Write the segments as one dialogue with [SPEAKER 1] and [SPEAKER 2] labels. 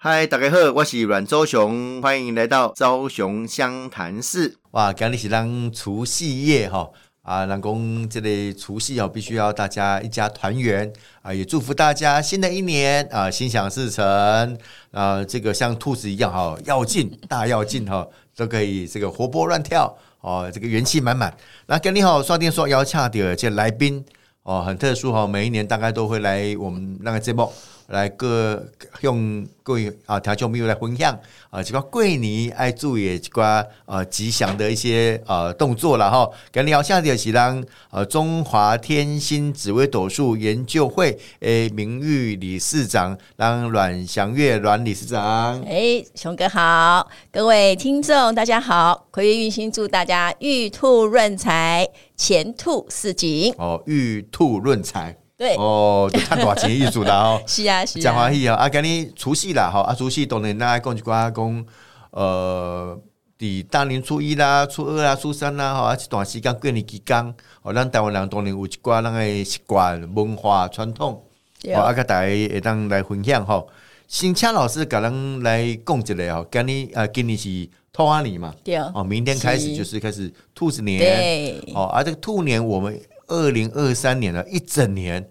[SPEAKER 1] 嗨，大家好，我是阮周雄，欢迎来到周雄湘潭市。
[SPEAKER 2] 哇，今日是咱除夕夜哈啊，人讲这类除夕哦，必须要大家一家团圆啊，也祝福大家新的一年啊，心想事成啊，这个像兔子一样哈，要劲大要劲哈，都可以这个活蹦乱跳哦，这个元气满满。那跟你好，刷电刷邀请的这来宾哦，很特殊哈，每一年大概都会来我们那个节目。来各用各位啊，听众朋友来分享啊，这个过年爱注意的一寡呃吉祥的一些呃动作啦吼。跟聊下的是咱呃中华天心紫微斗数研究会诶名誉理事长，让阮祥月阮理事长。
[SPEAKER 3] 哎，熊哥好，各位听众大家好，葵月运星祝大家玉兔润财，前兔似锦。
[SPEAKER 2] 哦，玉兔论财
[SPEAKER 3] 对，
[SPEAKER 2] 哦，就看大钱艺术啦哦。
[SPEAKER 3] 是啊，哎 是
[SPEAKER 2] 讲
[SPEAKER 3] 啊
[SPEAKER 2] 欢，喜啊！啊，今日除夕啦，吼啊，除夕当然啦，讲一寡讲，呃，伫大年初一啦、初二啦、初三啦，吼啊，这段时间过年期间，哦，咱台湾人当然有一寡咱的习惯、文化传统，
[SPEAKER 3] 对
[SPEAKER 2] 哦，啊，甲大家会当来分享吼。新请老师甲咱来讲一下吼，今年啊，今年是兔啊年嘛，
[SPEAKER 3] 对
[SPEAKER 2] 哦，明天开始
[SPEAKER 3] 是
[SPEAKER 2] 就是开始兔子年，
[SPEAKER 3] 对，
[SPEAKER 2] 哦，啊，这个兔年我们二零二三年了啊一整年，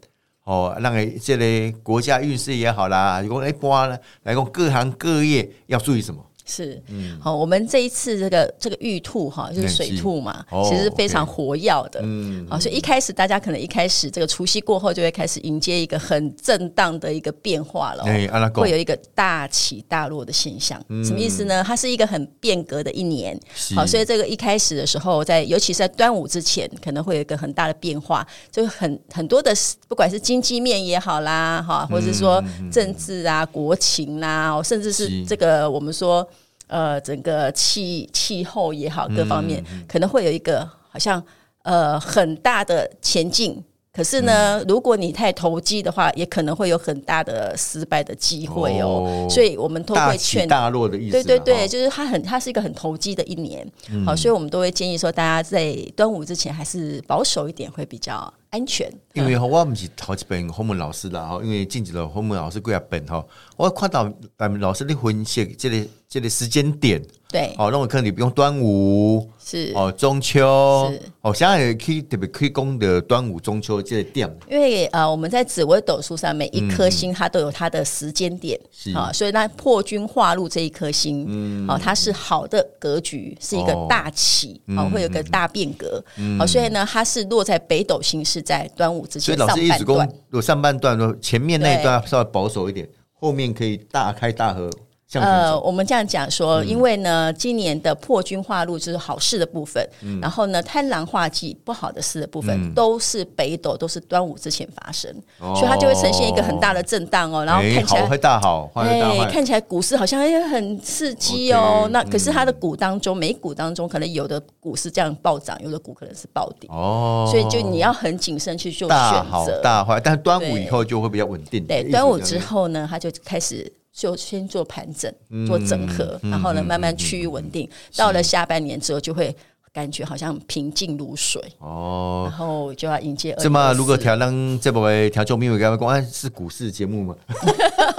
[SPEAKER 2] 哦，让诶这类国家运势也好啦，如果一般呢，来讲各行各业要注意什么？
[SPEAKER 3] 是，
[SPEAKER 2] 嗯
[SPEAKER 3] 好，我们这一次这个这个玉兔哈，就是水兔嘛
[SPEAKER 2] 嗯，是
[SPEAKER 3] 其实是
[SPEAKER 2] 哦
[SPEAKER 3] 非常
[SPEAKER 2] OK
[SPEAKER 3] 活跃的。
[SPEAKER 2] 嗯，
[SPEAKER 3] 好，所以一开始大家可能一开始这个除夕过后就会开始迎接一个很震荡的一个变化了哦。
[SPEAKER 2] 哎，阿拉讲
[SPEAKER 3] 会有一个大起大落的现象。
[SPEAKER 2] 嗯
[SPEAKER 3] 什么意思呢？它是一个很变革的一年。
[SPEAKER 2] 是
[SPEAKER 3] 好，所以这个一开始的时候，在尤其是在端午之前，可能会有一个很大的变化，就很很多的，不管是经济面也好啦，哈，或者是
[SPEAKER 2] 嗯
[SPEAKER 3] 说政治啊、国情啦、哦甚至
[SPEAKER 2] 是
[SPEAKER 3] 是这个我们说呃整个气气候也好，各方
[SPEAKER 2] 嗯
[SPEAKER 3] 面、可能会有一个好像呃很大的前进。可是
[SPEAKER 2] 嗯
[SPEAKER 3] 呢，如果你太投机的话，也可能会有很大的失败的机会哦。
[SPEAKER 2] 哦
[SPEAKER 3] 所以我们都
[SPEAKER 2] 大
[SPEAKER 3] 会
[SPEAKER 2] 起
[SPEAKER 3] 劝
[SPEAKER 2] 大落的意思啦，嗯
[SPEAKER 3] 对对对，
[SPEAKER 2] 哦
[SPEAKER 3] 就是它很，它是一个很投机的一年，好，所以我们都会建议说，大家在端午之前还是保守一点会比较安全。
[SPEAKER 2] 因为吼，我毋是头一本洪文老师啦吼，因为近一了洪文老师几啊本吼，我看到咱们老师咧分析这个这个时间点，
[SPEAKER 3] 对，
[SPEAKER 2] 哦，那我看你不用端午，
[SPEAKER 3] 是
[SPEAKER 2] 哦，中秋
[SPEAKER 3] 是，
[SPEAKER 2] 哦，现在可以特别可以讲的端午、中秋这个点，
[SPEAKER 3] 因为呃，我们在紫微斗数上每一颗星它都有它的时间点
[SPEAKER 2] 是，
[SPEAKER 3] 啊，所以那破军化禄这一颗星，嗯，啊，它是好的格局，是一个
[SPEAKER 2] 哦
[SPEAKER 3] 大起，啊，会有一个大变革，好，所以呢，它是落在北斗星是在端午
[SPEAKER 2] 嗯
[SPEAKER 3] 之
[SPEAKER 2] 所
[SPEAKER 3] 前
[SPEAKER 2] 以
[SPEAKER 3] 上
[SPEAKER 2] 老师一
[SPEAKER 3] 半
[SPEAKER 2] 直
[SPEAKER 3] 段
[SPEAKER 2] 讲，，有上半段说前面那一
[SPEAKER 3] 对
[SPEAKER 2] 段要稍微保守一点，后面可以大开大合向前
[SPEAKER 3] 呃，
[SPEAKER 2] 走。嗯
[SPEAKER 3] 我们这样讲说，因为呢，今年的破军化禄就是好事的部分，
[SPEAKER 2] 嗯
[SPEAKER 3] 然后呢，贪狼化忌不好的事的部分，都是北斗，都是端午之前发生，
[SPEAKER 2] 哦
[SPEAKER 3] 所以它就会呈现一个很大的震荡哦，然后
[SPEAKER 2] 哎
[SPEAKER 3] 看起来
[SPEAKER 2] 好坏大好，坏坏大
[SPEAKER 3] 哎，
[SPEAKER 2] 坏，
[SPEAKER 3] 看起来股市好像哎很刺激哦。
[SPEAKER 2] OK，
[SPEAKER 3] 那可是它的股当中，每一股当中，可能有的股是这样暴涨，有的股可能是暴跌，
[SPEAKER 2] 哦，
[SPEAKER 3] 所以就你要很谨慎去做
[SPEAKER 2] 大
[SPEAKER 3] 选
[SPEAKER 2] 好
[SPEAKER 3] 择。
[SPEAKER 2] 大坏，但是端午以后就会比较稳定。
[SPEAKER 3] 对，
[SPEAKER 2] 一直
[SPEAKER 3] 端午
[SPEAKER 2] 这样
[SPEAKER 3] 之后呢，它就开始就先做盘整、
[SPEAKER 2] 嗯
[SPEAKER 3] 做整合，然后呢慢慢趋于稳定。到了下半年之后，就会感觉好像平静如水，
[SPEAKER 2] 哦
[SPEAKER 3] 然。后就要迎接2024。
[SPEAKER 2] 这么如果调让这部位调众朋友跟他们讲，啊是股市节目吗？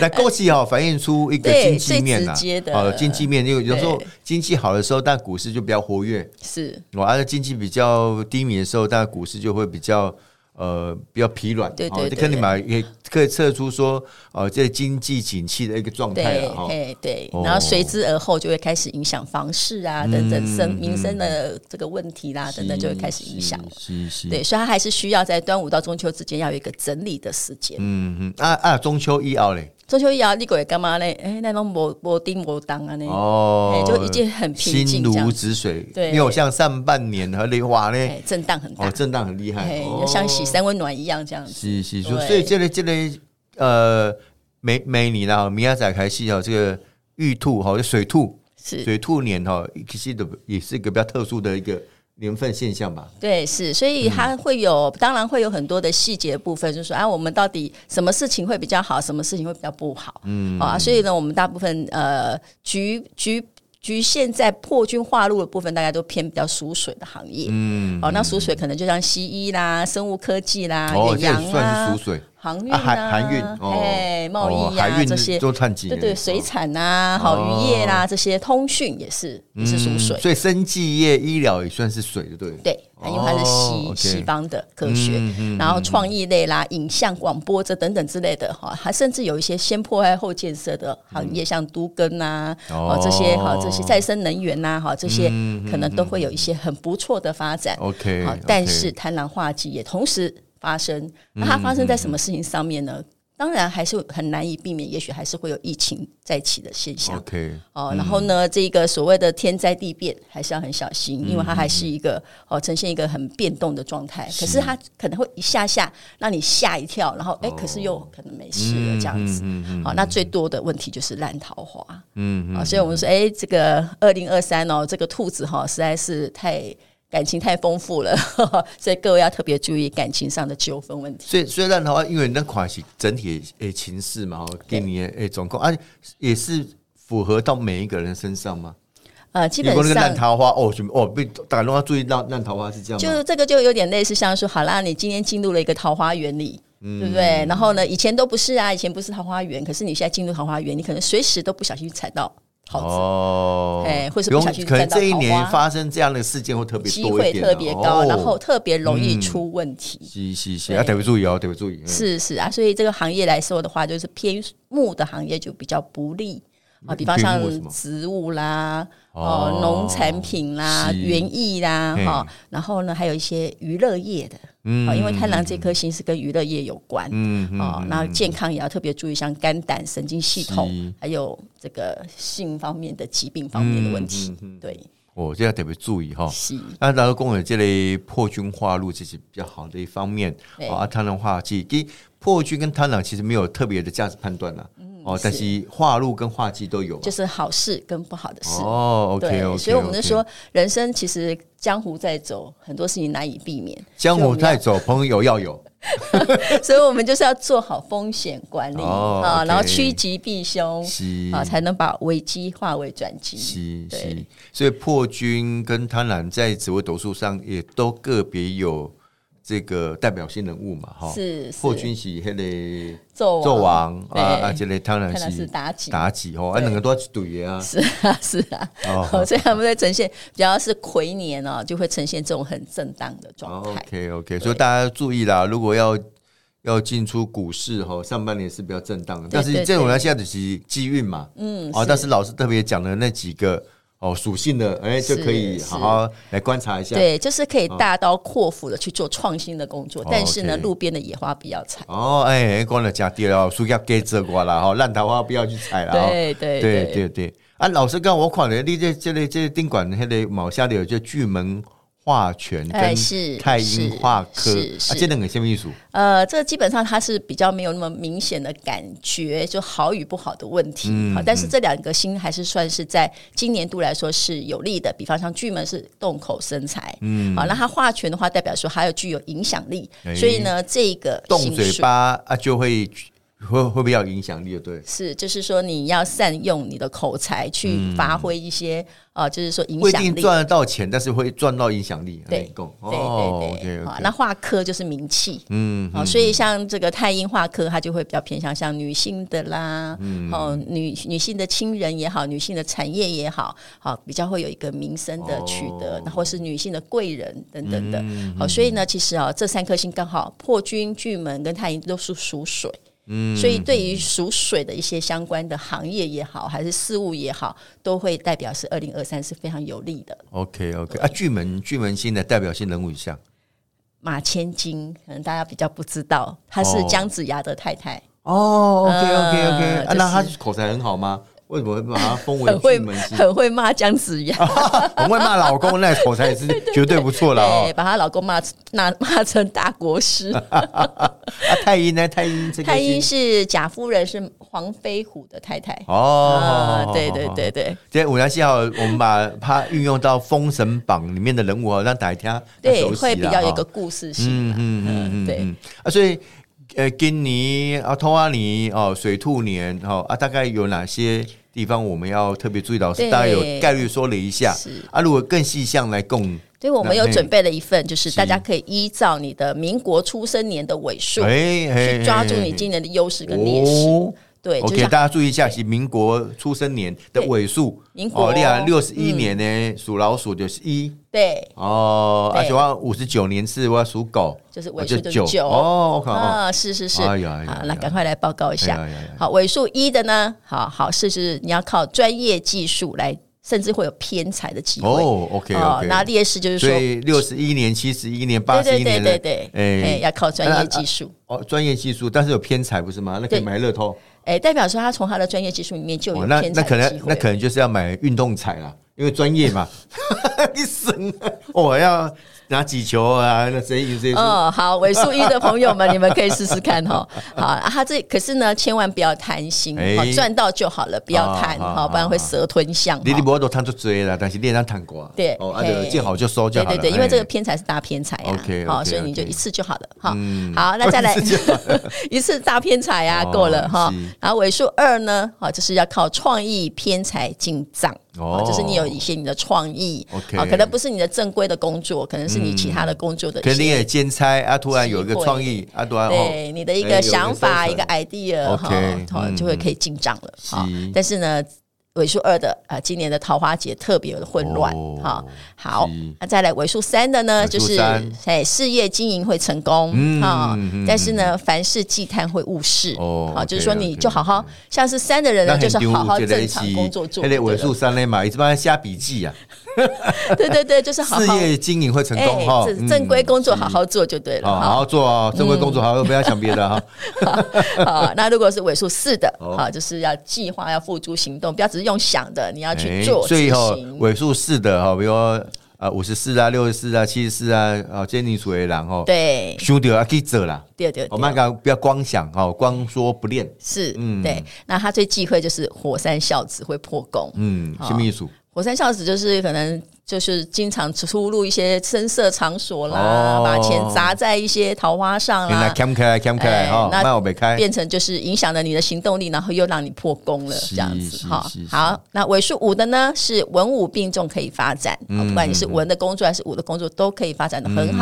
[SPEAKER 2] 那过去哦，反映出一个
[SPEAKER 3] 对
[SPEAKER 2] 经济面呐、
[SPEAKER 3] 最直接的
[SPEAKER 2] 哦，经济面就有时候
[SPEAKER 3] 对
[SPEAKER 2] 经济好的时候，但股市就比较活跃。
[SPEAKER 3] 是，
[SPEAKER 2] 我按照经济比较低迷的时候，但股市就会比较呃比较疲软，
[SPEAKER 3] 对
[SPEAKER 2] 哦
[SPEAKER 3] 对
[SPEAKER 2] 就
[SPEAKER 3] 对
[SPEAKER 2] 跟你们也可以测出说呃这经济景气的一个状态
[SPEAKER 3] 对
[SPEAKER 2] 了，哈。
[SPEAKER 3] 嘿，对
[SPEAKER 2] 哦，嗯
[SPEAKER 3] 然后随之而后就会开始影响房市啊，等等生民生的这个问题啦，等等就会开始影响了。
[SPEAKER 2] 是是，
[SPEAKER 3] 对，所以它还是需要在端午到中秋之间要有一个整理的时间。
[SPEAKER 2] 嗯嗯，啊啊，中秋一熬嘞，
[SPEAKER 3] 中秋以后，你会干嘛嘞？哎，那种无无丁无当啊呢？
[SPEAKER 2] 哦
[SPEAKER 3] 哎，就已经很平
[SPEAKER 2] 心
[SPEAKER 3] 静这样
[SPEAKER 2] 如
[SPEAKER 3] 子
[SPEAKER 2] 止水，
[SPEAKER 3] 对
[SPEAKER 2] 没有像上半年和雷华嘞，
[SPEAKER 3] 哎，震荡很大
[SPEAKER 2] 哦，，震荡很厉害，
[SPEAKER 3] 哎，
[SPEAKER 2] 哦
[SPEAKER 3] 就像洗三温暖一样这样子。
[SPEAKER 2] 是是，所以
[SPEAKER 3] 对
[SPEAKER 2] 所以这类这类呃，每每年啊，明仔载开始哦，这个玉兔哈，就水兔。
[SPEAKER 3] 是，
[SPEAKER 2] 水兔年哈，其实的也是一个比较特殊的一个年份现象吧。
[SPEAKER 3] 对，是，所以它会有，当然会有很多的细节部分，就是说啊，我们到底什么事情会比较好，什么事情会比较不好，嗯啊，所以呢，我们大部分呃局局。局限在破军化禄的部分，大家都偏比较属水的行业。
[SPEAKER 2] 嗯，
[SPEAKER 3] 哦，那属水可能就像西医啦、生物科技啦、
[SPEAKER 2] 哦，
[SPEAKER 3] 远
[SPEAKER 2] 这也
[SPEAKER 3] 洋
[SPEAKER 2] 算是
[SPEAKER 3] 啦
[SPEAKER 2] 属、水，
[SPEAKER 3] 航运
[SPEAKER 2] 啊
[SPEAKER 3] 啊、
[SPEAKER 2] 海海运哦
[SPEAKER 3] 哎，贸易
[SPEAKER 2] 哦
[SPEAKER 3] 呀、
[SPEAKER 2] 海运
[SPEAKER 3] 这些，
[SPEAKER 2] 都探几
[SPEAKER 3] 对
[SPEAKER 2] 年，
[SPEAKER 3] 对，水产呐、好渔业啦，这些通讯也是也是属水
[SPEAKER 2] 哦嗯，所以生技业、医疗也算是水，对不对？
[SPEAKER 3] 对，因为它是西、
[SPEAKER 2] 哦，OK 嗯
[SPEAKER 3] 西方的科学，然后创意类啦、影像、广播这等等之类的哈，还甚至有一些先破坏后建设的行业，像都根呐、啊，
[SPEAKER 2] 嗯哦嗯
[SPEAKER 3] 哦这些哈这些再生能源呐、哈这些可能都会有一些很不错的发展。
[SPEAKER 2] OK，
[SPEAKER 3] 好
[SPEAKER 2] OK，
[SPEAKER 3] 但是贪婪化忌也同时发生，那
[SPEAKER 2] 嗯
[SPEAKER 3] 它发生在什么事情上面呢？当然还是很难以避免，也许还是会有疫情再起的现象。
[SPEAKER 2] OK，
[SPEAKER 3] 哦，然后呢，这个所谓的天灾地变还是要很小心，因为它还是一个哦呈现一个很变动的状态。可是它可能会一下下让你吓一跳，然后哎，可是又可能没
[SPEAKER 2] 嗯
[SPEAKER 3] 事了这样子。好，那最多的问题就是烂桃花。嗯，啊，所以我们说，哎，这个二零二三哦，这个兔子哈、实在是太。感情太丰富了， 所以各位要特别注意感情上的纠纷问题。
[SPEAKER 2] 所以所以烂桃花，因为那款是整体诶情势嘛，哦给你诶总共啊也是符合到每一个人身上吗？
[SPEAKER 3] 呃，基
[SPEAKER 2] 如
[SPEAKER 3] 本
[SPEAKER 2] 果那个烂
[SPEAKER 3] 上
[SPEAKER 2] 桃花哦，什么哦被打乱，要注意烂烂桃花是这样吗？
[SPEAKER 3] 就这个就有点类似像说，好啦，你今天进入了一个桃花源里。
[SPEAKER 2] 嗯
[SPEAKER 3] 对不对？然后呢？以前都不是啊，以前不是桃花源，可是你现在进入桃花源，你可能随时都不小心踩到桃子，
[SPEAKER 2] 哦
[SPEAKER 3] 哎或是
[SPEAKER 2] 不
[SPEAKER 3] 不
[SPEAKER 2] 用
[SPEAKER 3] 小心
[SPEAKER 2] 可能
[SPEAKER 3] 沾到
[SPEAKER 2] 这一
[SPEAKER 3] 桃
[SPEAKER 2] 年
[SPEAKER 3] 花
[SPEAKER 2] 发生这样的事件会特别
[SPEAKER 3] 机
[SPEAKER 2] 多一
[SPEAKER 3] 会
[SPEAKER 2] 点啊，
[SPEAKER 3] 特别高，
[SPEAKER 2] 哦
[SPEAKER 3] 然后特别容易
[SPEAKER 2] 嗯
[SPEAKER 3] 出问题。
[SPEAKER 2] 是是是，
[SPEAKER 3] 对
[SPEAKER 2] 要特别注意哦，特别注意。嗯，
[SPEAKER 3] 是是啊，所以这个行业来说的话，就是偏木的行业就比较不利啊，比
[SPEAKER 2] 嗯
[SPEAKER 3] 方
[SPEAKER 2] 偏
[SPEAKER 3] 像
[SPEAKER 2] 木什么
[SPEAKER 3] 植物啦、
[SPEAKER 2] 哦
[SPEAKER 3] 哦农产品啦、
[SPEAKER 2] 是
[SPEAKER 3] 园艺啦
[SPEAKER 2] 嘿
[SPEAKER 3] 哈、然后呢还有一些娱乐业的，嗯，因为太郎这颗星是跟娱乐业有关，
[SPEAKER 2] 嗯嗯
[SPEAKER 3] 哦，那健康也要特别注意，像肝胆、神经系
[SPEAKER 2] 是
[SPEAKER 3] 统，还有这个性方面的疾病方面的问
[SPEAKER 2] 嗯
[SPEAKER 3] 题，对，
[SPEAKER 2] 哦，这要特别注意哈。
[SPEAKER 3] 是。
[SPEAKER 2] 那然后公有这类破军化禄，这是比较好的一方面。
[SPEAKER 3] 对
[SPEAKER 2] 哦啊，贪婪化忌，跟破军跟贪婪其实没有特别的价值判断啦。哦，但是化禄跟化忌都有嘛。
[SPEAKER 3] 嗯就是好事跟不好的事，
[SPEAKER 2] 哦，OK
[SPEAKER 3] 对
[SPEAKER 2] OK，
[SPEAKER 3] 所以我们就说，人生其实江湖在走，很多事情难以避免。
[SPEAKER 2] 江湖太走，朋友要有。
[SPEAKER 3] 所以我们就是要 做好风险管理
[SPEAKER 2] 哦
[SPEAKER 3] 啊，
[SPEAKER 2] OK
[SPEAKER 3] 然后趋吉避凶
[SPEAKER 2] 是
[SPEAKER 3] 啊，才能把危机化为转机。
[SPEAKER 2] 是
[SPEAKER 3] 对
[SPEAKER 2] 是，所以破军跟贪婪在紫微斗数上也都个别有这个代表性人物嘛，哈。
[SPEAKER 3] 是是
[SPEAKER 2] 哦破军是那个
[SPEAKER 3] 纣
[SPEAKER 2] 纣王啊
[SPEAKER 3] 对
[SPEAKER 2] 啊，这个贪
[SPEAKER 3] 看来
[SPEAKER 2] 婪
[SPEAKER 3] 是
[SPEAKER 2] 是
[SPEAKER 3] 妲己，
[SPEAKER 2] 妲己哦，啊，两个都要去赌的啊。
[SPEAKER 3] 是啊 是啊，
[SPEAKER 2] 哦
[SPEAKER 3] 所以他们在呈现比较是癸年哦，就会呈现这种很正当的状态。
[SPEAKER 2] OK OK，所以大家要注意啦，如果要要进出股市哈，上半年是比较震荡的，但是
[SPEAKER 3] 对
[SPEAKER 2] 这种
[SPEAKER 3] 对
[SPEAKER 2] 呢，现在只是机运嘛，
[SPEAKER 3] 嗯
[SPEAKER 2] 哦，
[SPEAKER 3] 是
[SPEAKER 2] 但是老师特别讲的那几个哦属性的，哎，就是可以好好来观察一下。
[SPEAKER 3] 对，就是可以大刀阔斧的去做创新的工作，但是
[SPEAKER 2] 哦
[SPEAKER 3] 呢，
[SPEAKER 2] OK
[SPEAKER 3] 路边的野花不要采。
[SPEAKER 2] 哦，哎，光了讲跌了，树要给折过啦，哈，烂桃花不要去采了，哦
[SPEAKER 3] 对对
[SPEAKER 2] 对对对。啊，老师刚我看了，你这这类这宾馆那个毛下里有就巨门化权跟
[SPEAKER 3] 哎是
[SPEAKER 2] 太阴
[SPEAKER 3] 是
[SPEAKER 2] 化科，
[SPEAKER 3] 是
[SPEAKER 2] 啊，
[SPEAKER 3] 是
[SPEAKER 2] 这两个什么意思？
[SPEAKER 3] 呃，这基本上它是比较没有那么明显的感觉，就好与不好的问题。
[SPEAKER 2] 嗯
[SPEAKER 3] 好、但是这两个星还是算是在今年度来说是有利的。比方像巨门是动口生财，嗯，好、那它化权的话，代表说它有具有影响力。
[SPEAKER 2] 哎
[SPEAKER 3] 所以呢，这个
[SPEAKER 2] 动
[SPEAKER 3] 星
[SPEAKER 2] 嘴
[SPEAKER 3] 数
[SPEAKER 2] 巴啊，就会会会比较有影响力的，对。
[SPEAKER 3] 是，就是说你要善用你的口才去发挥一些，呃，就是说影
[SPEAKER 2] 不一
[SPEAKER 3] 响
[SPEAKER 2] 定
[SPEAKER 3] 力。
[SPEAKER 2] 赚得到钱，但是会赚到影响力。
[SPEAKER 3] 对
[SPEAKER 2] 哎够
[SPEAKER 3] 对对对，
[SPEAKER 2] 哦，OK，OK
[SPEAKER 3] 啊那化科就是名气，
[SPEAKER 2] 嗯，
[SPEAKER 3] 哦，所以像这个太阴化科，它就会比较偏向像女性的啦，
[SPEAKER 2] 嗯
[SPEAKER 3] 哦，女女性的亲人也好，女性的产业也好，好、比较会有一个名声的取
[SPEAKER 2] 哦
[SPEAKER 3] 得，那或是女性的贵人等等
[SPEAKER 2] 嗯
[SPEAKER 3] 的。好、所以呢，其实啊、这三颗星刚好破军、巨门跟太阴都是属水。
[SPEAKER 2] 嗯
[SPEAKER 3] 所以对于属水的一些相关的行业也好，还是事物也好，都会代表是二零二三是非常有利的。
[SPEAKER 2] OK OK 啊，巨门巨门星的代表性人物以下
[SPEAKER 3] 马千金可能大家比较不知道，她是
[SPEAKER 2] 哦
[SPEAKER 3] 姜子牙的太太。
[SPEAKER 2] 哦，OK OK OK，
[SPEAKER 3] 呃
[SPEAKER 2] 啊，那他
[SPEAKER 3] 就是
[SPEAKER 2] 口才很好吗？为什么会把他封为
[SPEAKER 3] 很 会
[SPEAKER 2] 巨门星？
[SPEAKER 3] 很会骂姜子牙，
[SPEAKER 2] 哦很会骂老公，那口才也 是绝对不错了
[SPEAKER 3] 对，
[SPEAKER 2] 哦。
[SPEAKER 3] 把她老公骂骂 骂成大国师。
[SPEAKER 2] 啊，太阴呢？太阴这个
[SPEAKER 3] 太医
[SPEAKER 2] 星
[SPEAKER 3] 是贾夫人，是黄飞虎的太太。
[SPEAKER 2] 哦
[SPEAKER 3] 啊，，对对对对
[SPEAKER 2] 今天五娘七号，我们把它运用到《封神榜》里面的人物哦，让大家
[SPEAKER 3] 对，
[SPEAKER 2] 熟悉啦
[SPEAKER 3] 会比较有一
[SPEAKER 2] 哈
[SPEAKER 3] 个故事性啦。嗯
[SPEAKER 2] 嗯嗯嗯，
[SPEAKER 3] 对
[SPEAKER 2] 啊，所以呃，金尼啊，通阿尼哦，水兔年哦啊，大概有哪些地方我们要特别注意到？是
[SPEAKER 3] 对
[SPEAKER 2] 大概有概率说了一下
[SPEAKER 3] 是
[SPEAKER 2] 啊，如果更细项来供，
[SPEAKER 3] 对，我们有
[SPEAKER 2] 那
[SPEAKER 3] 准备了一份，就是
[SPEAKER 2] 是
[SPEAKER 3] 大家可以依照你的民国出生年的尾数，
[SPEAKER 2] 哎哎
[SPEAKER 3] 去抓住
[SPEAKER 2] 哎
[SPEAKER 3] 你今年的优势跟劣势。
[SPEAKER 2] 哦
[SPEAKER 3] 对，就
[SPEAKER 2] OK，
[SPEAKER 3] 是
[SPEAKER 2] 大家注意一下，是民国出生年的尾数，哦
[SPEAKER 3] 民国嗯
[SPEAKER 2] 你看六十一年呢，属老鼠就是一
[SPEAKER 3] 对，
[SPEAKER 2] 哦，
[SPEAKER 3] 对
[SPEAKER 2] 而且我五十九年是我要属狗，
[SPEAKER 3] 就是
[SPEAKER 2] 啊
[SPEAKER 3] 尾数就是
[SPEAKER 2] 九
[SPEAKER 3] 九
[SPEAKER 2] 哦，我靠，
[SPEAKER 3] 啊，是是是，
[SPEAKER 2] 哎呀哎呀
[SPEAKER 3] 好，
[SPEAKER 2] 哎
[SPEAKER 3] 那
[SPEAKER 2] 呀
[SPEAKER 3] 赶快来报告一
[SPEAKER 2] 哎呀
[SPEAKER 3] 下
[SPEAKER 2] 哎呀哎呀。
[SPEAKER 3] 好，尾数一的呢，好好是是，你要靠专业技术来，甚至会有偏财的机会。
[SPEAKER 2] 哦，OK
[SPEAKER 3] 嗯那
[SPEAKER 2] OK，
[SPEAKER 3] 劣势就是
[SPEAKER 2] 所
[SPEAKER 3] 说，
[SPEAKER 2] 以六十一年、七十一年、八十
[SPEAKER 3] 对
[SPEAKER 2] 一
[SPEAKER 3] 对
[SPEAKER 2] 年的
[SPEAKER 3] 对对对，哎，要靠专业技术。
[SPEAKER 2] 哦，专业技术，但是有偏财不是吗？那可以
[SPEAKER 3] 对
[SPEAKER 2] 买乐透，
[SPEAKER 3] 哎，代表说他从他的专业技术里面就有
[SPEAKER 2] 哦，那
[SPEAKER 3] 偏
[SPEAKER 2] 那
[SPEAKER 3] 财
[SPEAKER 2] 可
[SPEAKER 3] 的
[SPEAKER 2] 能
[SPEAKER 3] 机
[SPEAKER 2] 那
[SPEAKER 3] 会。
[SPEAKER 2] 可能就是要买运动彩啦，因为专业嘛， 你神啊，我要拿几球啊，那谁赢谁输，
[SPEAKER 3] 哦，好，尾数一的朋友们，你们可以试试看哈。好，啊他这可是呢，千万不要贪心，
[SPEAKER 2] 哎
[SPEAKER 3] 好赚到就好了，不要贪
[SPEAKER 2] 啊啊
[SPEAKER 3] 哈，不然会
[SPEAKER 2] 啊啊
[SPEAKER 3] 蛇吞象。
[SPEAKER 2] 你
[SPEAKER 3] 哈
[SPEAKER 2] 你不都贪就追啦，但是你也当贪过啊，
[SPEAKER 3] 对
[SPEAKER 2] 哦，啊
[SPEAKER 3] 嘿
[SPEAKER 2] 就见好就收就
[SPEAKER 3] 对
[SPEAKER 2] 好了，
[SPEAKER 3] 对对，因为这个
[SPEAKER 2] 哎
[SPEAKER 3] 偏财是大偏财啊
[SPEAKER 2] OK，OK，，
[SPEAKER 3] 好，所以你就
[SPEAKER 2] OK 嗯
[SPEAKER 3] 一次就好了哈。好，那 再来 一次大偏财啊，
[SPEAKER 2] 哦
[SPEAKER 3] 够了哈
[SPEAKER 2] 是。
[SPEAKER 3] 然后尾数二呢，好，就是要靠创意偏财进账，
[SPEAKER 2] 哦
[SPEAKER 3] 哦，就是你有一些你的创意
[SPEAKER 2] OK
[SPEAKER 3] 好可能不是你的正规的工作，可能是你其他的工作的
[SPEAKER 2] 可
[SPEAKER 3] 一
[SPEAKER 2] 能你
[SPEAKER 3] 些。
[SPEAKER 2] 也兼差啊，突然有一个
[SPEAKER 3] 机会
[SPEAKER 2] 创意啊，突然哦，
[SPEAKER 3] 对你的一
[SPEAKER 2] 哎有
[SPEAKER 3] 个
[SPEAKER 2] 一个
[SPEAKER 3] 想法、
[SPEAKER 2] 收成
[SPEAKER 3] 一个 idea 哈
[SPEAKER 2] OK，，
[SPEAKER 3] 好
[SPEAKER 2] 嗯
[SPEAKER 3] 就会可以进账了哈
[SPEAKER 2] 是。
[SPEAKER 3] 但是呢，尾数二的啊，今年的桃花节特别的混乱
[SPEAKER 2] 哦
[SPEAKER 3] 哈。好
[SPEAKER 2] 是，
[SPEAKER 3] 那再来尾数三的呢，
[SPEAKER 2] 尾
[SPEAKER 3] 就
[SPEAKER 2] 数
[SPEAKER 3] 是
[SPEAKER 2] 三
[SPEAKER 3] 哎事业经营会成功
[SPEAKER 2] 嗯
[SPEAKER 3] 啊
[SPEAKER 2] 嗯，
[SPEAKER 3] 但是呢，凡事忌惮会误事
[SPEAKER 2] 哦
[SPEAKER 3] 好，
[SPEAKER 2] OK，
[SPEAKER 3] 就是说你
[SPEAKER 2] OK，嗯
[SPEAKER 3] 就好好像是三的人呢，就是好好正常工作做
[SPEAKER 2] 而，且尾
[SPEAKER 3] 对
[SPEAKER 2] 数三类嘛，一般下笔记啊，
[SPEAKER 3] 对对对，就是好
[SPEAKER 2] 事
[SPEAKER 3] 好
[SPEAKER 2] 业经营会成
[SPEAKER 3] 哎
[SPEAKER 2] 功哈，
[SPEAKER 3] 正
[SPEAKER 2] 嗯
[SPEAKER 3] 正规工作好好做就对了。
[SPEAKER 2] 哦，好
[SPEAKER 3] 好嗯
[SPEAKER 2] 好做哦，正规工作好，不要想别的哈。
[SPEAKER 3] 好，那如果是尾数四的，
[SPEAKER 2] 哦
[SPEAKER 3] 好，就是要计划，要付诸行动，不要只是用想的，你 要
[SPEAKER 2] 哎
[SPEAKER 3] 去做
[SPEAKER 2] 所以
[SPEAKER 3] 执
[SPEAKER 2] 哈
[SPEAKER 3] 行，。
[SPEAKER 2] 尾数四的哈，比如说呃五十四啊、六十四啊、七十四啊，啊，坚定属为狼哦，
[SPEAKER 3] 对，
[SPEAKER 2] 兄弟啊，可以走啦。
[SPEAKER 3] 对对
[SPEAKER 2] 我们
[SPEAKER 3] 对，
[SPEAKER 2] 讲不要光想哦，光说不练。
[SPEAKER 3] 是，
[SPEAKER 2] 嗯
[SPEAKER 3] 对。那他最忌讳就是火山孝子会破功，
[SPEAKER 2] 嗯，
[SPEAKER 3] 好
[SPEAKER 2] 新秘书
[SPEAKER 3] 火山孝子就是可能就是经常出入一些声色场所啦，
[SPEAKER 2] 哦
[SPEAKER 3] 把钱砸在一些桃花上
[SPEAKER 2] 原来
[SPEAKER 3] 啦，
[SPEAKER 2] 看不开，看不开
[SPEAKER 3] 哎
[SPEAKER 2] 哈，
[SPEAKER 3] 那
[SPEAKER 2] 那我没开。
[SPEAKER 3] 变成就是影响了你的行动力，然后又让你破功了
[SPEAKER 2] 是
[SPEAKER 3] 这样子
[SPEAKER 2] 是
[SPEAKER 3] 哈
[SPEAKER 2] 是。是
[SPEAKER 3] 好，那尾数五的呢是文武并重可以发展，啊不管你是文的工作还是武的工作都可以发展的很
[SPEAKER 2] 嗯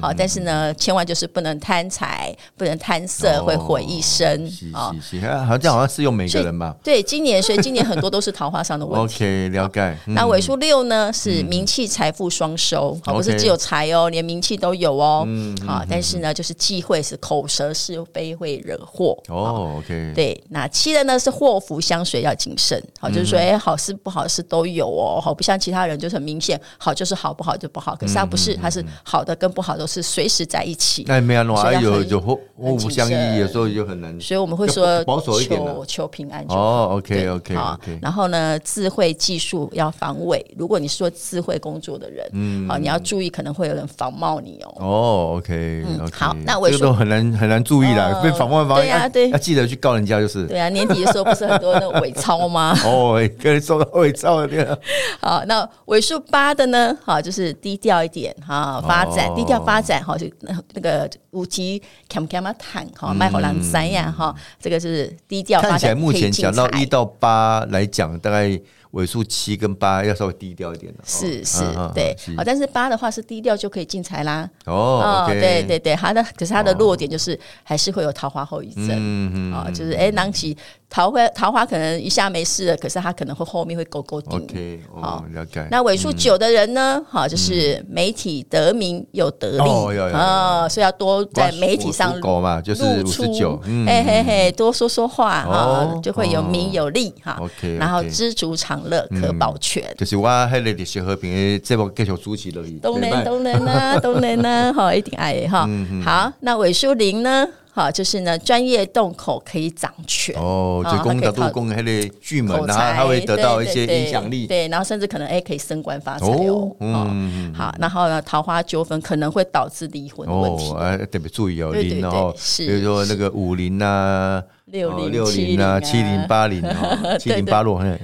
[SPEAKER 3] 好。好，但是呢，千万就是不能贪财，不能贪色，会毁一生
[SPEAKER 2] 哦是
[SPEAKER 3] 啊。
[SPEAKER 2] 是是，好像好像适用每个人吧。
[SPEAKER 3] 对，今年所以今年很多都是桃花 上的问题。
[SPEAKER 2] OK，了解。嗯
[SPEAKER 3] 那尾数六呢是名气财富双收，好、不
[SPEAKER 2] OK 嗯
[SPEAKER 3] 是只有财哦，连名气都有哦。啊，但是呢，就是忌讳是口舌是非会惹祸。
[SPEAKER 2] 哦，OK，
[SPEAKER 3] 对，那七的呢是祸福相随，要谨慎。好，就是
[SPEAKER 2] 嗯
[SPEAKER 3] 说，哎、好事不好事都有哦。好，不像其他人就是很明显，好就是好，不好就不好。可是他不
[SPEAKER 2] 嗯
[SPEAKER 3] 是，他是好的跟不好都是随时在一起。
[SPEAKER 2] 那也没有弄啊，
[SPEAKER 3] 所以要
[SPEAKER 2] 有
[SPEAKER 3] 很
[SPEAKER 2] 有互互不
[SPEAKER 3] 谨
[SPEAKER 2] 相依，
[SPEAKER 3] 慎
[SPEAKER 2] 有时候就很难。
[SPEAKER 3] 所以我们会
[SPEAKER 2] 就
[SPEAKER 3] 说
[SPEAKER 2] 保守一点啦
[SPEAKER 3] 求求平安就好。
[SPEAKER 2] 哦
[SPEAKER 3] 对
[SPEAKER 2] ，OK，OK，OK。
[SPEAKER 3] 好然后呢，智慧技术要防伪。如果你是做智慧工作的人，嗯，好，你要注意，可能会有人仿冒你哦。
[SPEAKER 2] 哦，OK，
[SPEAKER 3] 嗯
[SPEAKER 2] OK
[SPEAKER 3] 好那我
[SPEAKER 2] 这
[SPEAKER 3] 也
[SPEAKER 2] 个
[SPEAKER 3] 说
[SPEAKER 2] 都很难很难注意啦，
[SPEAKER 3] 哦
[SPEAKER 2] 被访问方
[SPEAKER 3] 对呀
[SPEAKER 2] 要
[SPEAKER 3] 对
[SPEAKER 2] 要记得去告人家就是。
[SPEAKER 3] 对啊，年底的时候不是很多那个伪钞吗？
[SPEAKER 2] 哦，哎跟你说到伪造的那个，
[SPEAKER 3] 好，那尾数八的呢？好，就是低调一点哈，发展、
[SPEAKER 2] 哦
[SPEAKER 3] 低调发展哈，就那那个五级 cam cam 啊坦哈，卖好狼三呀哈，这个是低调
[SPEAKER 2] 嗯看
[SPEAKER 3] 发
[SPEAKER 2] 起来
[SPEAKER 3] 展。
[SPEAKER 2] 目
[SPEAKER 3] 可以
[SPEAKER 2] 前
[SPEAKER 3] 进
[SPEAKER 2] 讲到
[SPEAKER 3] 财
[SPEAKER 2] 一到八来讲，大概尾数七跟八要稍微低调一点了。哦
[SPEAKER 3] 是
[SPEAKER 2] 嗯
[SPEAKER 3] 是
[SPEAKER 2] 嗯嗯，
[SPEAKER 3] 对
[SPEAKER 2] 是，
[SPEAKER 3] 好，但是八的话是低调就可以进财啦。
[SPEAKER 2] 哦
[SPEAKER 3] 哦，
[SPEAKER 2] ，OK，哦
[SPEAKER 3] 对对，对，他的可是他的弱点就是还是会有桃花后遗症
[SPEAKER 2] 嗯嗯
[SPEAKER 3] 啊，就是哎，囊起桃花桃花可能一下没事了，可是他可能会后面会勾勾顶。
[SPEAKER 2] ，OK，哦
[SPEAKER 3] 好，
[SPEAKER 2] 了解。
[SPEAKER 3] 那尾数九的人呢，哈，就是媒体得名又得
[SPEAKER 2] 哦有有
[SPEAKER 3] 利
[SPEAKER 2] 有
[SPEAKER 3] 啊，所以要多在媒体
[SPEAKER 2] 我
[SPEAKER 3] 上
[SPEAKER 2] 属
[SPEAKER 3] 露
[SPEAKER 2] 狗嘛，就是五十
[SPEAKER 3] 出
[SPEAKER 2] 九，，嗯，
[SPEAKER 3] 嘿嘿嘿，多说说话
[SPEAKER 2] 哦
[SPEAKER 3] 哈，就会有名有利哈
[SPEAKER 2] OK，OK，嗯
[SPEAKER 3] 然后知足常乐可保全。
[SPEAKER 2] 就是我迄个历史和平的节目继续主持落去，
[SPEAKER 3] 当然，
[SPEAKER 2] 袂歹
[SPEAKER 3] 当 然啦，当然啦，啊哈，一定爱的哈。
[SPEAKER 2] 嗯
[SPEAKER 3] 好，那尾数零呢？哈，就是呢，专业动口可以掌权，
[SPEAKER 2] 哦，就
[SPEAKER 3] 啊
[SPEAKER 2] 讲
[SPEAKER 3] 它可以
[SPEAKER 2] 大
[SPEAKER 3] 靠
[SPEAKER 2] 陆讲迄个巨门
[SPEAKER 3] 口，
[SPEAKER 2] 然后他
[SPEAKER 3] 才
[SPEAKER 2] 会得到一
[SPEAKER 3] 对
[SPEAKER 2] 些
[SPEAKER 3] 对对
[SPEAKER 2] 影响力。
[SPEAKER 3] 对，然后甚至可能哎可以升官发财哦
[SPEAKER 2] 哦。嗯
[SPEAKER 3] 哦，好，然后呢，桃花纠纷可能会导致离婚的问题
[SPEAKER 2] 哦，。哎，特别注意哦，
[SPEAKER 3] 对对
[SPEAKER 2] 零
[SPEAKER 3] 对
[SPEAKER 2] 哦，
[SPEAKER 3] 是
[SPEAKER 2] 比如说那个五零呐，
[SPEAKER 3] 六零
[SPEAKER 2] 哦六零啊，七
[SPEAKER 3] 70
[SPEAKER 2] 零
[SPEAKER 3] 啊
[SPEAKER 2] 八零啊，七
[SPEAKER 3] 对
[SPEAKER 2] 零八六，嘿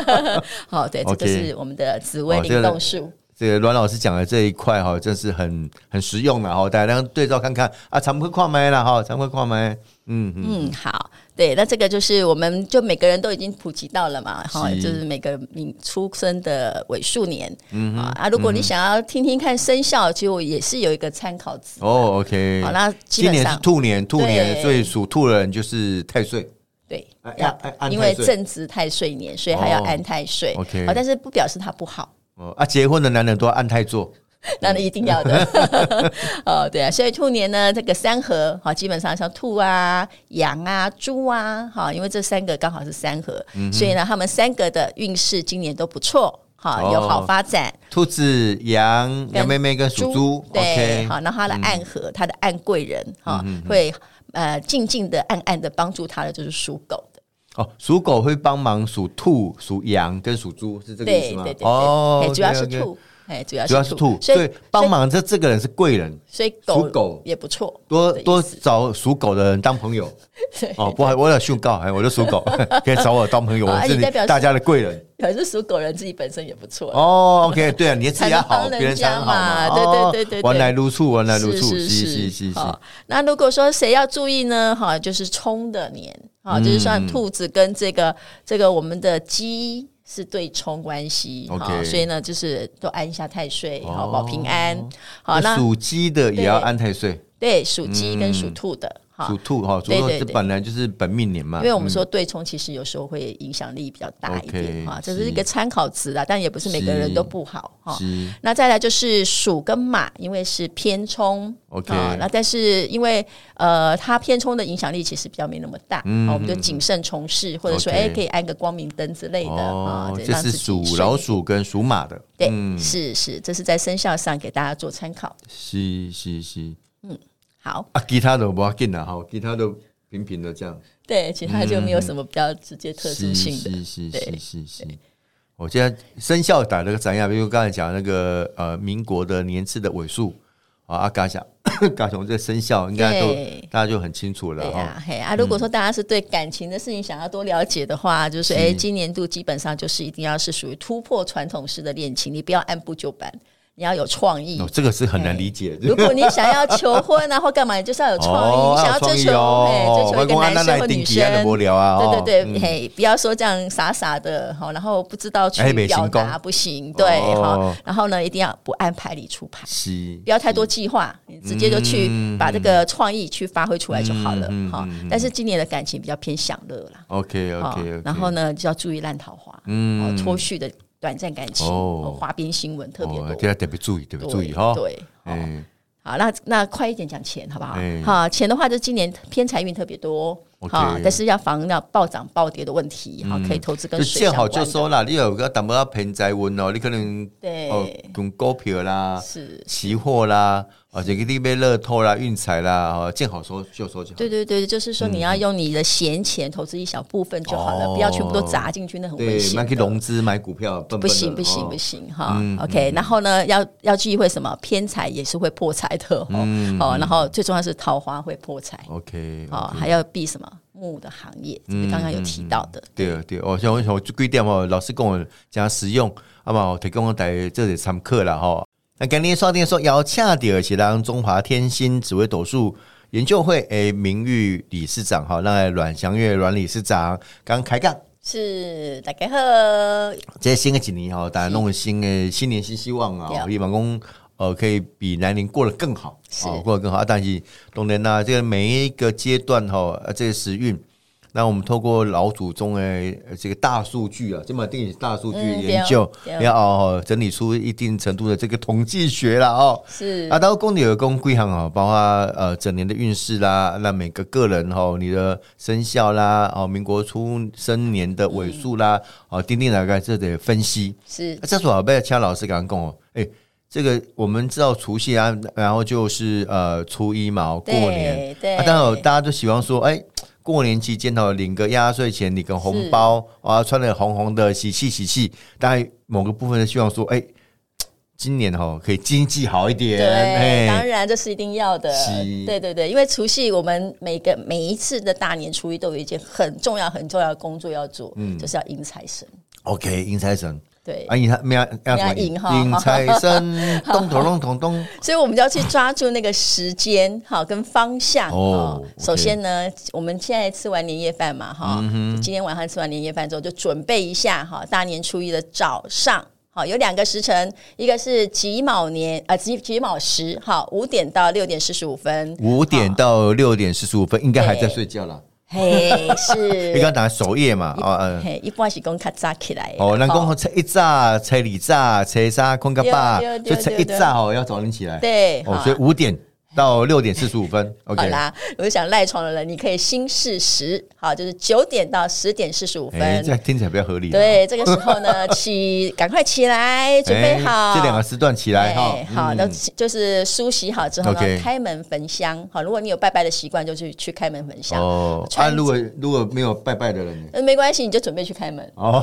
[SPEAKER 3] 好，对，这
[SPEAKER 2] OK
[SPEAKER 3] 个是我们的紫微
[SPEAKER 2] 哦这
[SPEAKER 3] 灵
[SPEAKER 2] 个
[SPEAKER 3] 动术。
[SPEAKER 2] 这这个阮老师讲的这一块哈，真是很很实用了哈，大家对照看看啊，常会跨麦了哈，常会跨麦，嗯嗯，
[SPEAKER 3] 嗯，好，对，那这个就是我们就每个人都已经普及到了嘛，哈，
[SPEAKER 2] 是
[SPEAKER 3] 就是每个民出生的尾数年，嗯啊，如果你想要听听看生肖，其实我也是有一个参考值。
[SPEAKER 2] 哦，OK，
[SPEAKER 3] 好，那基
[SPEAKER 2] 今
[SPEAKER 3] 本
[SPEAKER 2] 年是
[SPEAKER 3] 上
[SPEAKER 2] 兔年，兔年
[SPEAKER 3] 对
[SPEAKER 2] 所以属兔的人就是太岁，
[SPEAKER 3] 对
[SPEAKER 2] 哎，
[SPEAKER 3] 要
[SPEAKER 2] 哎哎安
[SPEAKER 3] 因
[SPEAKER 2] 太
[SPEAKER 3] 为
[SPEAKER 2] 岁
[SPEAKER 3] 正值太岁年，所以还要
[SPEAKER 2] 哦
[SPEAKER 3] 安太岁。
[SPEAKER 2] OK
[SPEAKER 3] 好，但是不表示它不好。
[SPEAKER 2] 哦啊，结婚的男人都要按太座，
[SPEAKER 3] 那一定 要的。哦，对啊，所以兔年呢，这个三合哈，基本上像兔啊、羊啊、猪啊，哈，因为这三个刚好是三合，
[SPEAKER 2] 嗯
[SPEAKER 3] 所以呢，他们三个的运势今年都不错。哈，
[SPEAKER 2] 哦
[SPEAKER 3] 有好发展，
[SPEAKER 2] 兔子、羊、
[SPEAKER 3] 跟
[SPEAKER 2] 羊妹妹跟属猪
[SPEAKER 3] 对，哦
[SPEAKER 2] ，OK，嗯
[SPEAKER 3] 好，那他的暗合，他的暗贵人，哈，会呃静静的、暗暗的帮助他的就是属狗的，
[SPEAKER 2] 哦，属狗会帮忙属兔、属羊跟属猪，是这个意
[SPEAKER 3] 对
[SPEAKER 2] 思
[SPEAKER 3] 对
[SPEAKER 2] 吗
[SPEAKER 3] 对？对，
[SPEAKER 2] 哦
[SPEAKER 3] 哎，主要是
[SPEAKER 2] OK，OK，
[SPEAKER 3] 兔，哎，主要
[SPEAKER 2] 主要是兔，
[SPEAKER 3] 所
[SPEAKER 2] 所以
[SPEAKER 3] 以
[SPEAKER 2] 帮
[SPEAKER 3] 所以
[SPEAKER 2] 忙这这个人是贵人，
[SPEAKER 3] 所以
[SPEAKER 2] 属狗
[SPEAKER 3] 狗也不错，
[SPEAKER 2] 多
[SPEAKER 3] 的意
[SPEAKER 2] 多
[SPEAKER 3] 思
[SPEAKER 2] 找属狗的人当朋友。哦，不好，我有训告，哎，我就属 狗，可以找我当朋友，
[SPEAKER 3] 哦
[SPEAKER 2] 我
[SPEAKER 3] 啊
[SPEAKER 2] 是
[SPEAKER 3] 你代表是
[SPEAKER 2] 大家的贵人。
[SPEAKER 3] 可是属狗人自己本身也不错，
[SPEAKER 2] 哦，OK，对啊，你自己要好，
[SPEAKER 3] 才能帮人
[SPEAKER 2] 别人才能好嘛。
[SPEAKER 3] 家嘛对
[SPEAKER 2] 哦
[SPEAKER 3] 对对对对
[SPEAKER 2] 弯来如处，弯来如处，是
[SPEAKER 3] 是是
[SPEAKER 2] 是是是。
[SPEAKER 3] 好，那如果说谁要注意呢？哈，就是冲的年，哈，
[SPEAKER 2] 嗯
[SPEAKER 3] 就是算兔子跟这个这个我们的鸡。是对冲关系，
[SPEAKER 2] OK
[SPEAKER 3] 哈所以呢，就是都安一下太岁，
[SPEAKER 2] 哦
[SPEAKER 3] 好保平安。好，
[SPEAKER 2] 那
[SPEAKER 3] 那
[SPEAKER 2] 属鸡的也要
[SPEAKER 3] 对
[SPEAKER 2] 安太岁，
[SPEAKER 3] 对属鸡跟属兔的，哈
[SPEAKER 2] 嗯属，兔哈，属
[SPEAKER 3] 对
[SPEAKER 2] 兔
[SPEAKER 3] 对
[SPEAKER 2] 这
[SPEAKER 3] 对
[SPEAKER 2] 本来就是本命年嘛。嗯
[SPEAKER 3] 因为我们说对冲其实有时候会影响力比较大一点
[SPEAKER 2] OK，
[SPEAKER 3] 哈，这是
[SPEAKER 2] 是
[SPEAKER 3] 一个参考值啊，但也不是每个人
[SPEAKER 2] 是
[SPEAKER 3] 都不好哈。
[SPEAKER 2] 是
[SPEAKER 3] 那再来就是鼠跟马，因为是偏冲
[SPEAKER 2] OK
[SPEAKER 3] 啊那但是因为呃，它偏冲的影响力其实比较没那么大，啊我们就谨慎从事，或者说
[SPEAKER 2] 嗯 OK
[SPEAKER 3] 哎、可以安个光明灯之类的啊，
[SPEAKER 2] 哦
[SPEAKER 3] 对，
[SPEAKER 2] 这
[SPEAKER 3] 让
[SPEAKER 2] 是
[SPEAKER 3] 自己
[SPEAKER 2] 属
[SPEAKER 3] 顺
[SPEAKER 2] 老
[SPEAKER 3] 利。
[SPEAKER 2] 鼠嗯跟属马的，
[SPEAKER 3] 对，是是，这是在生肖上给大家做参考。
[SPEAKER 2] 是是是。
[SPEAKER 3] 好，
[SPEAKER 2] 啊，其他的不要紧啦，哈，其他都平平的这样。
[SPEAKER 3] 对，其他就没有什么比较直接特殊
[SPEAKER 2] 嗯是
[SPEAKER 3] 性
[SPEAKER 2] 是
[SPEAKER 3] 的。
[SPEAKER 2] 是是
[SPEAKER 3] 对
[SPEAKER 2] 是是。我现在生肖打了个怎样？比如刚才讲那个呃，民国的年次的尾数啊，阿嘎讲， 嘎从这生肖应该都
[SPEAKER 3] 对
[SPEAKER 2] 大家就很清楚了
[SPEAKER 3] 对
[SPEAKER 2] 哈。
[SPEAKER 3] 啊，嘿啊！
[SPEAKER 2] 嗯
[SPEAKER 3] 如果说大家是对感情的事情想要多了解的话，就是哎，今年度基本上就是一定要是属于突破传统式的恋情，你不要按部就班，你要有创意
[SPEAKER 2] 哦，。这个是很难理 解。
[SPEAKER 3] 如果你想要求婚啊或干嘛，你就是要有创意，
[SPEAKER 2] 哦
[SPEAKER 3] 你想要追求，哎，
[SPEAKER 2] 哦
[SPEAKER 3] 追求一个男生或女生，
[SPEAKER 2] 无聊啊，哦
[SPEAKER 3] 对对对，嘿，不要说这样傻傻的，好，然后不知道去
[SPEAKER 2] 哎没
[SPEAKER 3] 表
[SPEAKER 2] 行功
[SPEAKER 3] 达不行，对，
[SPEAKER 2] 哦
[SPEAKER 3] 好，然后呢，一定要不按牌理出牌。
[SPEAKER 2] 是
[SPEAKER 3] 不要太多计划，你直接就去把这个创意去发挥出来就好了
[SPEAKER 2] 嗯嗯嗯
[SPEAKER 3] 哈
[SPEAKER 2] 嗯。
[SPEAKER 3] 但是今年的感情比较偏享乐啦，
[SPEAKER 2] OK
[SPEAKER 3] 哈
[SPEAKER 2] OK，
[SPEAKER 3] 然后呢就要注意烂桃花，嗯，脱序的短暂感情，
[SPEAKER 2] 哦
[SPEAKER 3] 哦花边新闻特别多，
[SPEAKER 2] 哦，大家特别注意，特别
[SPEAKER 3] 对
[SPEAKER 2] 注意哈。
[SPEAKER 3] 对，哦
[SPEAKER 2] 哎，
[SPEAKER 3] 好，那那快一点讲钱好不好
[SPEAKER 2] 哎？
[SPEAKER 3] 哈，钱的话就今年偏财运特别多，
[SPEAKER 2] OK
[SPEAKER 3] 哈，但是要防那暴涨暴跌的问题，哈，可以投资跟
[SPEAKER 2] 就
[SPEAKER 3] 水
[SPEAKER 2] 见
[SPEAKER 3] 相
[SPEAKER 2] 好
[SPEAKER 3] 关
[SPEAKER 2] 就
[SPEAKER 3] 的，
[SPEAKER 2] 收啦，你有个淡薄仔盆栽运哦，你可能
[SPEAKER 3] 对
[SPEAKER 2] 哦，用股票啦、
[SPEAKER 3] 是。
[SPEAKER 2] 期货啦，或者个地被乐透啦、运彩啦，哦，见好收就收就好。
[SPEAKER 3] 对对对，就是说你要用你的闲钱投资一小部分就好了，
[SPEAKER 2] 哦
[SPEAKER 3] 不要全部都砸进去，那很危
[SPEAKER 2] 对，
[SPEAKER 3] 险
[SPEAKER 2] 买
[SPEAKER 3] 的。
[SPEAKER 2] 去融资买股票，笨笨
[SPEAKER 3] 不
[SPEAKER 2] 的
[SPEAKER 3] 行不行
[SPEAKER 2] 哦嗯
[SPEAKER 3] 不行哈，OK，然后呢，要要忌讳什么偏财也是会破财的哦，
[SPEAKER 2] 嗯
[SPEAKER 3] 哦，然后最重要是桃花会破财
[SPEAKER 2] OK，
[SPEAKER 3] 哦，
[SPEAKER 2] OK
[SPEAKER 3] 还要避什么木的行业，这个刚刚有提到的，
[SPEAKER 2] 对对，哦，像我像我这几点哦，老师跟我讲实用，啊嘛，我提供大家这里参考啦吼。那今天刷电说邀请到的是咱中华天星紫微斗数研究会诶名誉理事长哈，那阮祥月阮理事长刚开讲，
[SPEAKER 3] 是大家好，
[SPEAKER 2] 这新的一年哈，大家弄个新的新年新希望啊，
[SPEAKER 3] 对
[SPEAKER 2] 希望讲呃可以比来年过得更好，
[SPEAKER 3] 是
[SPEAKER 2] 啊，过得更好。啊、但是当然啦、这个每一个阶段哈、啊，这个时运，那我们透过老祖宗的呃这个大数据啊，这么定大数据
[SPEAKER 3] 嗯对
[SPEAKER 2] 研究，
[SPEAKER 3] 对
[SPEAKER 2] 要哦整理出一定程度的这个统计学了哦。
[SPEAKER 3] 是
[SPEAKER 2] 啊，到公里有公归行哦，包括呃整年的运势啦，那每个个人哦，你的生肖啦，哦，民国出生年的尾数啦，哦，丁丁大概这得分析。
[SPEAKER 3] 是
[SPEAKER 2] 啊、这所被掐老师刚刚讲哦，哎、这个我们知道除夕啊，然后就是呃初一嘛，哦过年，
[SPEAKER 3] 对对，
[SPEAKER 2] 啊，当然有大家都喜欢说，哎、过年期间哦，领个压岁钱，领个红包，啊，穿的红红的，喜气喜气。当然，某个部分的希望说，哎、今年哦，可以经济好一点，
[SPEAKER 3] 对，当
[SPEAKER 2] 哎，
[SPEAKER 3] 然这是一定要的
[SPEAKER 2] 是。
[SPEAKER 3] 对对对，因为除夕我们每个每一次的大年
[SPEAKER 2] 嗯
[SPEAKER 3] 初一都有一件很重要很重要的工作要做，就是要迎财神。
[SPEAKER 2] OK，迎财神，
[SPEAKER 3] 对，
[SPEAKER 2] 啊，引它咩啊要怎么
[SPEAKER 3] 引哈
[SPEAKER 2] 引财 神，咚咚咚咚咚，
[SPEAKER 3] 所以我们就要去抓住那个时间，好跟方向。
[SPEAKER 2] 哦
[SPEAKER 3] 哦，
[SPEAKER 2] ，OK
[SPEAKER 3] 首先呢，我们现在吃完年夜饭嘛，哈、
[SPEAKER 2] 嗯
[SPEAKER 3] 就今天晚上吃完年夜饭之后，就准备一下哈，大年初一的早上。好，有两个时辰，一个是己卯年啊、己己卯时，好，五点到六点四十五分。
[SPEAKER 2] 五点到六点四十五分应该还在睡觉啦，
[SPEAKER 3] 嘿，
[SPEAKER 2] 你刚
[SPEAKER 3] 是，
[SPEAKER 2] 打首页嘛，啊呃。
[SPEAKER 3] 嘿，一般是讲较早起来的。
[SPEAKER 2] 哦，人
[SPEAKER 3] 吼
[SPEAKER 2] 讲初一早、初二早、初三困个饱，
[SPEAKER 3] 对
[SPEAKER 2] 所
[SPEAKER 3] 对
[SPEAKER 2] 以初
[SPEAKER 3] 对
[SPEAKER 2] 一
[SPEAKER 3] 对
[SPEAKER 2] 早哦要早点起来。
[SPEAKER 3] 对，
[SPEAKER 2] 哦，
[SPEAKER 3] 好
[SPEAKER 2] 所以五点到六点四十五分
[SPEAKER 3] 好
[SPEAKER 2] ，OK。
[SPEAKER 3] 啦，我就想赖床的人，你可以新事时，好，就是九点到十点四十五分。
[SPEAKER 2] 哎，这样听起来比较合理。
[SPEAKER 3] 对，这个时候 呢，起赶快起来，准备
[SPEAKER 2] 哎
[SPEAKER 3] 好。
[SPEAKER 2] 这两个时段起来哈
[SPEAKER 3] 哎。好，
[SPEAKER 2] 嗯
[SPEAKER 3] 那就是梳洗好之后呢
[SPEAKER 2] OK，
[SPEAKER 3] 开门焚香。好，如果你有拜拜的习惯，就去去开门焚香。
[SPEAKER 2] 哦，啊，
[SPEAKER 3] 穿
[SPEAKER 2] 如果如果没有拜拜的人呢？
[SPEAKER 3] 呃，没关系，你就准备去开门。
[SPEAKER 2] 哦，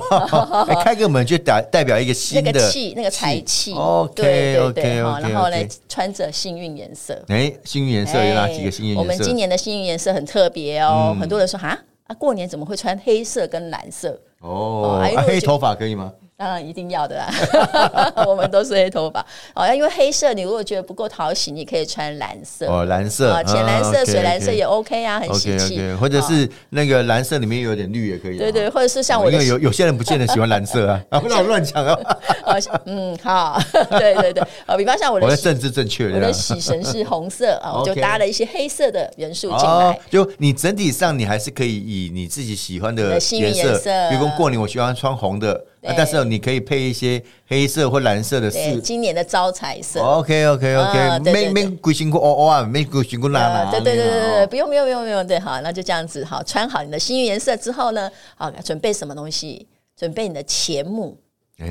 [SPEAKER 2] 哎开个门就代代表一个
[SPEAKER 3] 那
[SPEAKER 2] 新
[SPEAKER 3] 个
[SPEAKER 2] 的
[SPEAKER 3] 气，那个财气。
[SPEAKER 2] OK，
[SPEAKER 3] 对对
[SPEAKER 2] OK，
[SPEAKER 3] 对，好
[SPEAKER 2] OK，
[SPEAKER 3] 然后呢
[SPEAKER 2] OK，
[SPEAKER 3] 穿着幸运颜色。
[SPEAKER 2] 哎，幸运颜色有哪几个幸运
[SPEAKER 3] 哎我
[SPEAKER 2] 颜
[SPEAKER 3] 们今
[SPEAKER 2] 色？嗯
[SPEAKER 3] 年的幸运颜色很特别哦，很多人说哈啊，过年怎么会穿黑色跟蓝色？
[SPEAKER 2] 哦，
[SPEAKER 3] 哎
[SPEAKER 2] 啊
[SPEAKER 3] 如果
[SPEAKER 2] 黑
[SPEAKER 3] 就
[SPEAKER 2] 头发可以吗？
[SPEAKER 3] 当然一定要的啦， 我们都是黑头发。哦，因为黑色你如果觉得不够讨喜，你可以穿蓝色。
[SPEAKER 2] 哦，蓝色
[SPEAKER 3] 啊，，浅蓝色、
[SPEAKER 2] 啊
[SPEAKER 3] 水蓝色
[SPEAKER 2] OK，OK
[SPEAKER 3] 也 OK 啊，很喜
[SPEAKER 2] OK
[SPEAKER 3] 气
[SPEAKER 2] OK，。或者
[SPEAKER 3] 啊
[SPEAKER 2] 是那个蓝色里面有点绿也可以啊。
[SPEAKER 3] 对对，或者是像
[SPEAKER 2] 哦
[SPEAKER 3] 我的
[SPEAKER 2] 因为有有些人不见得喜欢蓝色啊，啊，不然我乱讲啊，
[SPEAKER 3] 啊，像嗯，好， 对对对，呃，比方像我
[SPEAKER 2] 我在
[SPEAKER 3] 的喜
[SPEAKER 2] 政治正确
[SPEAKER 3] 我
[SPEAKER 2] 的
[SPEAKER 3] 的。喜神是红色啊，我就
[SPEAKER 2] OK
[SPEAKER 3] 搭了一些黑色的元素进
[SPEAKER 2] 哦
[SPEAKER 3] 来。，
[SPEAKER 2] 就你整体上你还是可以以你自己喜欢的
[SPEAKER 3] 的幸运
[SPEAKER 2] 颜
[SPEAKER 3] 颜色
[SPEAKER 2] 比如说过年我喜欢穿红的，
[SPEAKER 3] 对
[SPEAKER 2] 啊但是你可以配一些黑色或蓝色的
[SPEAKER 3] 对，
[SPEAKER 2] 饰。
[SPEAKER 3] 哎今年的招财色。
[SPEAKER 2] OK OK
[SPEAKER 3] 啊
[SPEAKER 2] OK，
[SPEAKER 3] 对
[SPEAKER 2] 没
[SPEAKER 3] 对
[SPEAKER 2] 没
[SPEAKER 3] 对
[SPEAKER 2] 鬼辛苦哦哦啊，没鬼辛苦啦啦。
[SPEAKER 3] 对对对对对对，
[SPEAKER 2] 哦
[SPEAKER 3] 不用不用不用不用，对，好，那就这样子，好，穿好你的幸运颜色之后呢，好，准备什么东西？准备你的钱母，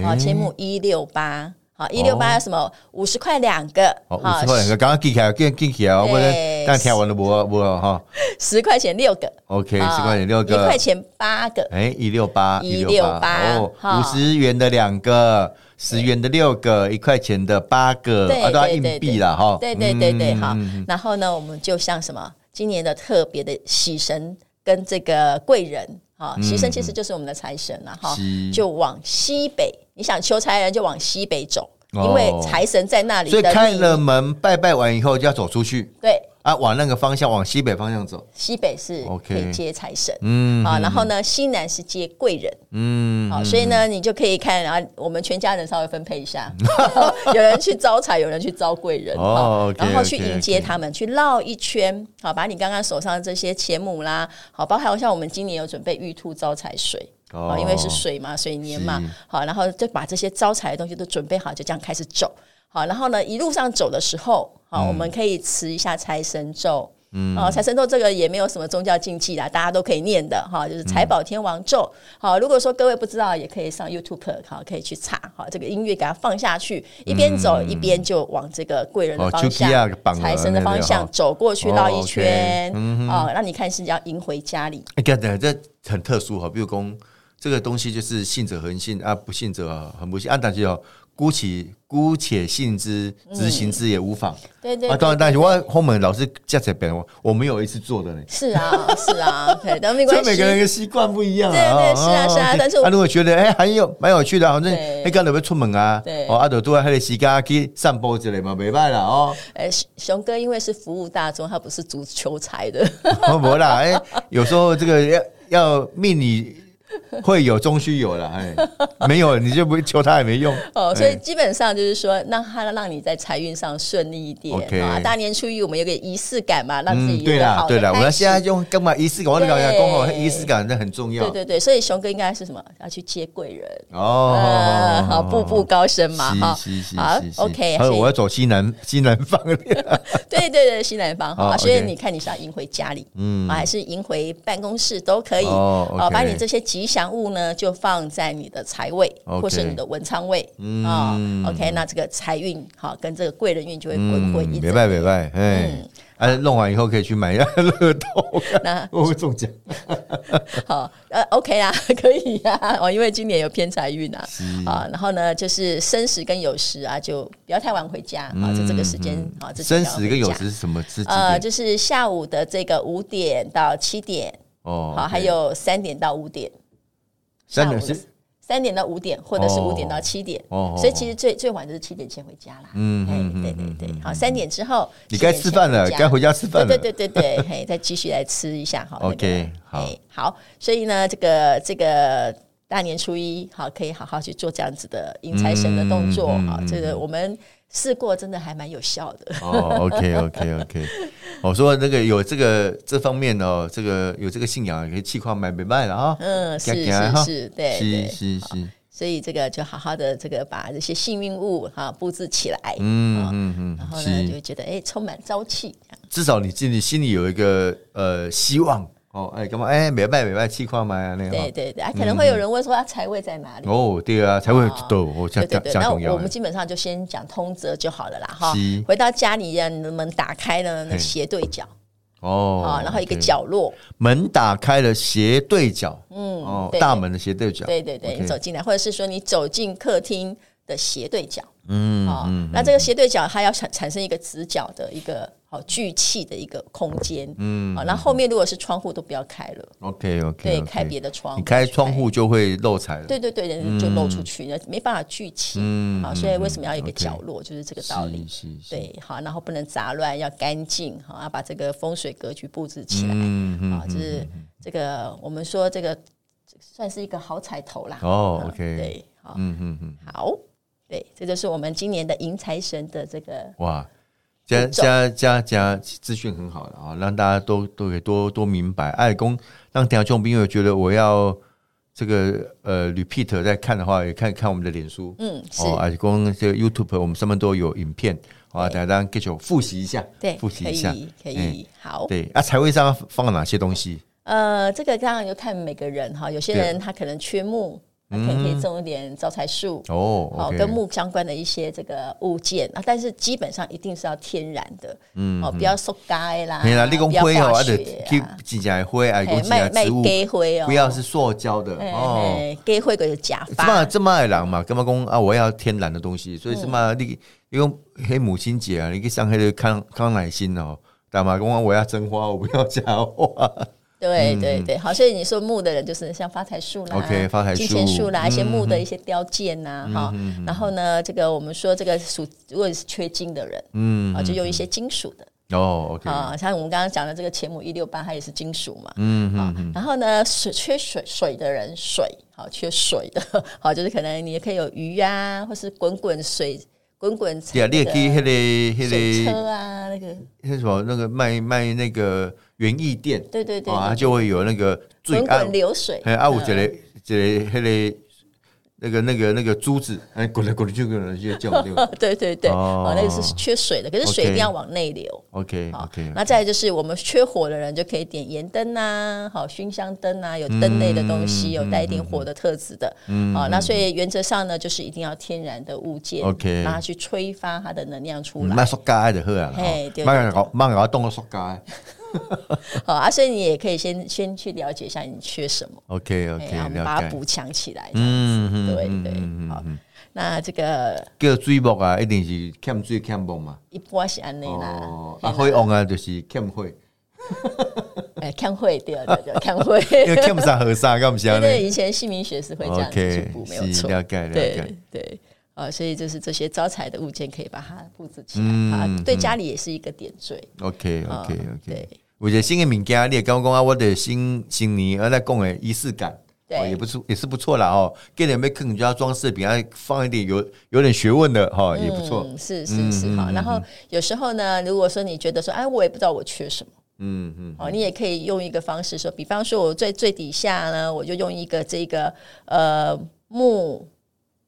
[SPEAKER 3] 好，
[SPEAKER 2] 哎
[SPEAKER 3] 钱母一六八，好，一六
[SPEAKER 2] 哦
[SPEAKER 3] 八什么？五十块两个，
[SPEAKER 2] 哦，五十块两个，刚刚记起来，记记起来，我
[SPEAKER 3] 对
[SPEAKER 2] 们刚听完了不不哈
[SPEAKER 3] 十块钱六个，
[SPEAKER 2] ，OK，
[SPEAKER 3] 啊
[SPEAKER 2] 十块钱六
[SPEAKER 3] 一
[SPEAKER 2] 个
[SPEAKER 3] 块，钱八个，
[SPEAKER 2] 哎，一六八，
[SPEAKER 3] 168
[SPEAKER 2] 哦，
[SPEAKER 3] 哈
[SPEAKER 2] 五十元的两个，十元的六个，一块钱的八个，
[SPEAKER 3] 对
[SPEAKER 2] 啊，都要
[SPEAKER 3] 对
[SPEAKER 2] 硬
[SPEAKER 3] 对
[SPEAKER 2] 币啦，哈，
[SPEAKER 3] 对对对对，
[SPEAKER 2] 嗯
[SPEAKER 3] 好。然后呢，我们就像什么，今年的特别的喜神跟这个贵人，哈，喜
[SPEAKER 2] 嗯
[SPEAKER 3] 神其实就是我们的财神了，哈
[SPEAKER 2] 是，
[SPEAKER 3] 就往西北，你想求财人就往西北走，
[SPEAKER 2] 哦
[SPEAKER 3] 因为财神在那里
[SPEAKER 2] 所以
[SPEAKER 3] 的
[SPEAKER 2] 开
[SPEAKER 3] 利益
[SPEAKER 2] 了门拜拜完以后就要走出去
[SPEAKER 3] 对，
[SPEAKER 2] 啊，往那个方向，往西北方向走。
[SPEAKER 3] 西北是
[SPEAKER 2] OK
[SPEAKER 3] 可以接财神。
[SPEAKER 2] 嗯
[SPEAKER 3] 啊，然后呢，西南是接贵人，啊
[SPEAKER 2] 嗯，
[SPEAKER 3] 好，所以呢，你就可以看，然后我们全家人稍微分配 一下，有人去招财，有人去招贵人，
[SPEAKER 2] 哦
[SPEAKER 3] 哈
[SPEAKER 2] OK，
[SPEAKER 3] 然后去迎
[SPEAKER 2] OK，OK
[SPEAKER 3] 接他们，去绕一圈，好，把你刚刚手上的这些钱母啦，好，包含像我们今年有准备玉兔招财水。
[SPEAKER 2] 哦
[SPEAKER 3] 哦，因为是水嘛，水年嘛
[SPEAKER 2] 是，
[SPEAKER 3] 好，然后就把这些招财的东西都准备好，就这样开始走。好，然后呢，一路上走的时候，
[SPEAKER 2] 嗯
[SPEAKER 3] 好，我们可以持一下财神咒。嗯，哦，财神咒这个也没有什么宗教禁忌啦，大家都可以念的哈，就是
[SPEAKER 2] 嗯
[SPEAKER 3] 财宝天王咒。好，如果说各位不知道，也可以上 YouTube 好，可以去查好这个音乐给它放下去，一边走一边就往这个贵人
[SPEAKER 2] 嗯哦
[SPEAKER 3] 的方向
[SPEAKER 2] 丘比亚绑、了
[SPEAKER 3] 财神的方
[SPEAKER 2] 那个
[SPEAKER 3] 向
[SPEAKER 2] 哈
[SPEAKER 3] 走过去绕
[SPEAKER 2] 哦
[SPEAKER 3] 一
[SPEAKER 2] ，OK，
[SPEAKER 3] 圈，哦，那你看是要迎回家里，
[SPEAKER 2] 哎，等这很特殊哈，比如讲这个东西就是信者恒信啊，不信者很不信啊，但是哦，姑且姑且信之，执行之也无妨、
[SPEAKER 3] 对嗯对
[SPEAKER 2] 啊。
[SPEAKER 3] 对
[SPEAKER 2] 当然，但是我后面老师加在别人，我我没有一次做的呢。
[SPEAKER 3] 是啊，是啊，对，但没
[SPEAKER 2] 所以
[SPEAKER 3] 关系
[SPEAKER 2] 每。个人的习惯不一样啊，
[SPEAKER 3] 对对
[SPEAKER 2] 哦
[SPEAKER 3] 是啊
[SPEAKER 2] 哦
[SPEAKER 3] 是啊
[SPEAKER 2] OK
[SPEAKER 3] 但是我
[SPEAKER 2] 啊，如果觉得哎很有蛮有趣的，反正
[SPEAKER 3] 对
[SPEAKER 2] 哎，刚才要出门啊
[SPEAKER 3] 对，
[SPEAKER 2] 哦，阿朵都在黑的时间去散步之类嘛，没办啦 哦，
[SPEAKER 3] 呃，熊熊哥因为是服务大众，他不是足求财的，
[SPEAKER 2] 哦没啦，哎，有时候这个要要命里会有终须有了，哎，没有你就不求他也没用
[SPEAKER 3] 哦，所以
[SPEAKER 2] 哎
[SPEAKER 3] 基本上就是说，让他让你在财运上顺利一点
[SPEAKER 2] OK
[SPEAKER 3] 啊。大年初一我们有个仪式感嘛，让自
[SPEAKER 2] 嗯，
[SPEAKER 3] 己有
[SPEAKER 2] 对
[SPEAKER 3] 个
[SPEAKER 2] 啦
[SPEAKER 3] 好的
[SPEAKER 2] 对啦，我
[SPEAKER 3] 开
[SPEAKER 2] 们
[SPEAKER 3] 始
[SPEAKER 2] 现在用干嘛仪式感？我跟你讲，
[SPEAKER 3] 对
[SPEAKER 2] 讲好仪式感那很重要啊
[SPEAKER 3] 对对对，所以熊哥应该是什么？要去接贵人，
[SPEAKER 2] 哦
[SPEAKER 3] 呃，。好，步步高升嘛，哈
[SPEAKER 2] 是是是，
[SPEAKER 3] 好
[SPEAKER 2] 是是
[SPEAKER 3] ，OK，哦
[SPEAKER 2] 还有
[SPEAKER 3] 所以
[SPEAKER 2] 我要走西南西南方 面，
[SPEAKER 3] 对对对，西南方
[SPEAKER 2] 好
[SPEAKER 3] 哈，所以
[SPEAKER 2] 哦 OK
[SPEAKER 3] 你看你是要迎回家里，嗯，还是迎回办公室都可以，啊
[SPEAKER 2] 哦，OK
[SPEAKER 3] 把你这些吉祥物呢就放在你的财位
[SPEAKER 2] OK 嗯
[SPEAKER 3] 或是你的文昌位，啊，OK，那这个财运好跟这个贵人运就会
[SPEAKER 2] 嗯
[SPEAKER 3] 滚，回一
[SPEAKER 2] 明
[SPEAKER 3] 整
[SPEAKER 2] 白明白，哎
[SPEAKER 3] 嗯，
[SPEAKER 2] 啊，弄完以后可以去买一 下乐透，
[SPEAKER 3] 那
[SPEAKER 2] 我会 中奖。
[SPEAKER 3] 好，呃，OK 啊， 可以啊，哦，因为今年有偏财运啊，
[SPEAKER 2] 嗯
[SPEAKER 3] 啊，然后呢，就是生时跟酉时啊，就不要太晚回家啊，就这个时间啊，这
[SPEAKER 2] 嗯生死跟有
[SPEAKER 3] 酉
[SPEAKER 2] 时是什么之几
[SPEAKER 3] 呃，
[SPEAKER 2] 点？
[SPEAKER 3] 就是下午的这个五点到七点，
[SPEAKER 2] 哦
[SPEAKER 3] 好，还有三点到五点，
[SPEAKER 2] 三
[SPEAKER 3] 下午
[SPEAKER 2] 点
[SPEAKER 3] 的
[SPEAKER 2] 是
[SPEAKER 3] 三点到五点，或者是五点到七点。
[SPEAKER 2] 哦哦
[SPEAKER 3] 所以其实最最晚就是七点前回家啦。嗯，哎，对对对，好，三点之后
[SPEAKER 2] 嗯你该吃饭了，
[SPEAKER 3] 7点前回家
[SPEAKER 2] 该回家吃饭了。
[SPEAKER 3] 对对对对，对嘿，再继续来吃一下哈。那
[SPEAKER 2] 嗯
[SPEAKER 3] 个
[SPEAKER 2] OK，好
[SPEAKER 3] 嘿好，所以呢，这个这个大年初一，好，可以好好去做这样子的迎财神的动作
[SPEAKER 2] 嗯嗯
[SPEAKER 3] 啊、好
[SPEAKER 2] 嗯
[SPEAKER 3] 这个我们试过，真的还蛮有效的。
[SPEAKER 2] 哦，OK OK OK，我说那个有这个这方面哦，这个有这个信仰可以气矿买没卖了啊。
[SPEAKER 3] 嗯，是
[SPEAKER 2] 走走
[SPEAKER 3] 是
[SPEAKER 2] 哈
[SPEAKER 3] 是，对
[SPEAKER 2] 是
[SPEAKER 3] 对。
[SPEAKER 2] 是是，
[SPEAKER 3] 所以这个就好好的这个把这些幸运物哈、布置起来，
[SPEAKER 2] 嗯嗯嗯，
[SPEAKER 3] 然后呢就会
[SPEAKER 2] 是，
[SPEAKER 3] 觉得哎、充满朝气。
[SPEAKER 2] 至少你心里心里有一个呃希望哦，哎，干嘛哎，没卖没卖，气矿买啊那
[SPEAKER 3] 对
[SPEAKER 2] 个。
[SPEAKER 3] 对对，啊，可能会有人问说啊，财位在哪里？
[SPEAKER 2] 哦，对啊，才会
[SPEAKER 3] 哦
[SPEAKER 2] 抖，我加
[SPEAKER 3] 对对
[SPEAKER 2] 加
[SPEAKER 3] 对，
[SPEAKER 2] 加
[SPEAKER 3] 那
[SPEAKER 2] 重
[SPEAKER 3] 我
[SPEAKER 2] 要
[SPEAKER 3] 们。基本上就先讲通则就好了啦哈
[SPEAKER 2] 是。
[SPEAKER 3] 回到家里，让门打开呢，那
[SPEAKER 2] 嘿
[SPEAKER 3] 斜对角
[SPEAKER 2] 哦
[SPEAKER 3] 啊，，然后一个
[SPEAKER 2] OK
[SPEAKER 3] 角落，
[SPEAKER 2] 门打开了斜对角，嗯，哦，
[SPEAKER 3] 对
[SPEAKER 2] 大门的斜对角，
[SPEAKER 3] 对对对，
[SPEAKER 2] OK
[SPEAKER 3] 你走进来，或者是说你走进客厅的斜对角
[SPEAKER 2] 嗯
[SPEAKER 3] 啊，
[SPEAKER 2] 嗯，
[SPEAKER 3] 那这个斜对角它要产产生一个直角的一个好聚气的一个空间，嗯，啊，然后后面如果是窗户都不要开了，
[SPEAKER 2] OK OK，
[SPEAKER 3] 对，开别的窗，
[SPEAKER 2] 你开窗户就会漏财了，
[SPEAKER 3] 对对对，人就露出去，那没办法聚气
[SPEAKER 2] 嗯
[SPEAKER 3] 啊，
[SPEAKER 2] 嗯
[SPEAKER 3] 所以为什么要有一个
[SPEAKER 2] OK
[SPEAKER 3] 角落，就是这个道理。
[SPEAKER 2] 是是，是，
[SPEAKER 3] 对，好，然后不能杂乱，要干净，好，要把这个风水格局布置起来，
[SPEAKER 2] 嗯嗯
[SPEAKER 3] 啊，就是这个我们说这个算是一个好彩头啦。
[SPEAKER 2] 哦
[SPEAKER 3] 啊
[SPEAKER 2] OK
[SPEAKER 3] 对，好，
[SPEAKER 2] 嗯嗯嗯，
[SPEAKER 3] 好，对，这就是我们今年的迎财神的这个
[SPEAKER 2] 哇，加
[SPEAKER 3] 步骤
[SPEAKER 2] 加加加资讯很好了啊，让大家都都可以多多明白，爱公让听众朋友觉得我要这个呃 repeat 在看的话，也看看我们的脸书，
[SPEAKER 3] 嗯是
[SPEAKER 2] 哦，而且光这个 YouTube 我们上面都有影片，啊，大家当然给我复习一下，
[SPEAKER 3] 对，
[SPEAKER 2] 复习
[SPEAKER 3] 可
[SPEAKER 2] 一下，
[SPEAKER 3] 以可
[SPEAKER 2] 哎
[SPEAKER 3] 以好。
[SPEAKER 2] 对啊，财位上放了哪些东西？
[SPEAKER 3] 呃，这个当然就看每个人哈，有些
[SPEAKER 2] 对嗯
[SPEAKER 3] 人他可能缺木，他可能可以种一点招财树。
[SPEAKER 2] 哦
[SPEAKER 3] 哦，
[SPEAKER 2] ，OK，
[SPEAKER 3] 跟木相关的一些这个物件啊，但是基本上一定是要天然的，嗯，哦，不要塑胶的啦，
[SPEAKER 2] 没啦，你讲
[SPEAKER 3] 不要
[SPEAKER 2] 灰哦，
[SPEAKER 3] 化
[SPEAKER 2] 啊，得
[SPEAKER 3] 学
[SPEAKER 2] 去
[SPEAKER 3] 啊，
[SPEAKER 2] 几只灰，啊，讲
[SPEAKER 3] 嘿
[SPEAKER 2] 几
[SPEAKER 3] 卖
[SPEAKER 2] 只
[SPEAKER 3] 卖
[SPEAKER 2] 植物，
[SPEAKER 3] 给灰哦，
[SPEAKER 2] 不要是塑胶的
[SPEAKER 3] 嘿，
[SPEAKER 2] 哦。
[SPEAKER 3] 嘿，给灰就是假
[SPEAKER 2] 这么
[SPEAKER 3] 发，嗯
[SPEAKER 2] 这么爱人嘛，干嘛讲啊？我要天然的东西，所以这么你你用黑母亲节啊，你去上黑的康康乃馨哦，干嘛讲啊我要真花，我不要假花。
[SPEAKER 3] 对对对，好，所以你说木的人就是像发财树啦
[SPEAKER 2] 嗯 OK，发财树嗯
[SPEAKER 3] 金钱树啦，一些木的一些雕件呐，哈，然后呢，这个我们说这个属如果是缺金的人，
[SPEAKER 2] 嗯，
[SPEAKER 3] 啊，就用一些金属的。
[SPEAKER 2] 哦，OK，
[SPEAKER 3] 啊，像我们刚刚讲的这个前母一六八，它也是金属嘛，嗯啊，然后呢，水缺水水的人，水好缺水的， 好就是可能你也可以有鱼啊，或是滚滚水滚滚
[SPEAKER 2] 对啊，你也可以黑的黑
[SPEAKER 3] 水车
[SPEAKER 2] 的
[SPEAKER 3] 啊，那个
[SPEAKER 2] 那什么那个卖卖那个园艺店，
[SPEAKER 3] 对对对
[SPEAKER 2] 啊，它
[SPEAKER 3] 对，
[SPEAKER 2] 就会有那个最
[SPEAKER 3] 滚
[SPEAKER 2] 暗
[SPEAKER 3] 滚流水，
[SPEAKER 2] 哎，啊，有一
[SPEAKER 3] 嗯
[SPEAKER 2] 个一个迄个那个那个那个珠子，哎，滚来滚去滚来滚去叫对
[SPEAKER 3] 对对对，
[SPEAKER 2] 哦
[SPEAKER 3] 哦，那个是缺水的，可是水
[SPEAKER 2] OK
[SPEAKER 3] 一定要往内流。
[SPEAKER 2] OK
[SPEAKER 3] 好
[SPEAKER 2] OK，
[SPEAKER 3] 那再来就是我们缺火的人就可以点盐灯啊，好熏香灯啊，有灯类的东西，有带一点火的特质的。嗯，好，那所以原则上呢，就是一定要天然的物件
[SPEAKER 2] OK
[SPEAKER 3] 让它去催发它的能量出来。
[SPEAKER 2] 卖塑胶的就好啊，
[SPEAKER 3] 嘿
[SPEAKER 2] 吼
[SPEAKER 3] 对
[SPEAKER 2] 卖个搞卖个当个塑胶的。
[SPEAKER 3] 好啊，所以你也可以先先去了解一下你缺什么，
[SPEAKER 2] OK
[SPEAKER 3] 哎
[SPEAKER 2] OK，
[SPEAKER 3] 呀，我们把它
[SPEAKER 2] 了解。
[SPEAKER 3] 补强起来。
[SPEAKER 2] 嗯嗯
[SPEAKER 3] 对
[SPEAKER 2] 嗯
[SPEAKER 3] 对，
[SPEAKER 2] 嗯
[SPEAKER 3] 好
[SPEAKER 2] 嗯，
[SPEAKER 3] 那这个
[SPEAKER 2] 叫水木啊，一定是欠水欠木嘛。
[SPEAKER 3] 一般是安内啦，
[SPEAKER 2] 哦，啊，火旺啊，就是欠火，
[SPEAKER 3] 哎，看会对对对，看会。
[SPEAKER 2] 因为欠不上和尚，干不
[SPEAKER 3] 对
[SPEAKER 2] 上呢。
[SPEAKER 3] 对，以前姓名学是会这样子
[SPEAKER 2] OK，
[SPEAKER 3] 布，没有
[SPEAKER 2] 是
[SPEAKER 3] 错。
[SPEAKER 2] 了解了
[SPEAKER 3] 对
[SPEAKER 2] 解。
[SPEAKER 3] 对，啊，所以就是这些招财的物件可以把它布置起来
[SPEAKER 2] 嗯
[SPEAKER 3] 啊，对家里也是一个点缀。
[SPEAKER 2] OK OK
[SPEAKER 3] 啊
[SPEAKER 2] OK
[SPEAKER 3] 对。
[SPEAKER 2] 有一个新的物件，你也跟我讲啊，我的新新年啊，在讲的仪式感，
[SPEAKER 3] 对
[SPEAKER 2] 哦也不错，也是不错啦哦。给点被坑家装饰品，啊，放一点有有点学问的哈、哦，也不错。
[SPEAKER 3] 嗯，是是是哈。然
[SPEAKER 2] 嗯
[SPEAKER 3] 后有时候呢，如果说你觉得说，哎，我也不知道我缺什么。
[SPEAKER 2] 嗯嗯，
[SPEAKER 3] 哦，你也可以用一个方式说，比方说，我最最底下呢，我就用一个这个呃木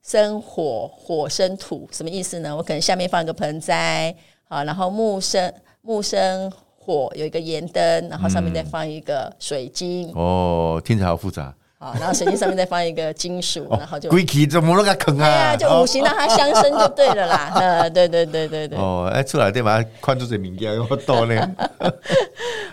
[SPEAKER 3] 生火，火生土，什么意思呢？我可能下面放一个盆栽，好，然后木生木生火，有一个盐灯，然后上
[SPEAKER 2] 嗯
[SPEAKER 3] 面再放一个水晶，
[SPEAKER 2] 哦，听起来好复杂。
[SPEAKER 3] 好，然后水晶上面再放一个金属，然后就。
[SPEAKER 2] 鬼气怎么那个坑
[SPEAKER 3] 对
[SPEAKER 2] 哦
[SPEAKER 3] 啊，
[SPEAKER 2] 啊？
[SPEAKER 3] 就五行让它相生就对了啦。 呃，对对对对对，
[SPEAKER 2] 哦，哎，出来对嘛？看出这物件我多 呢，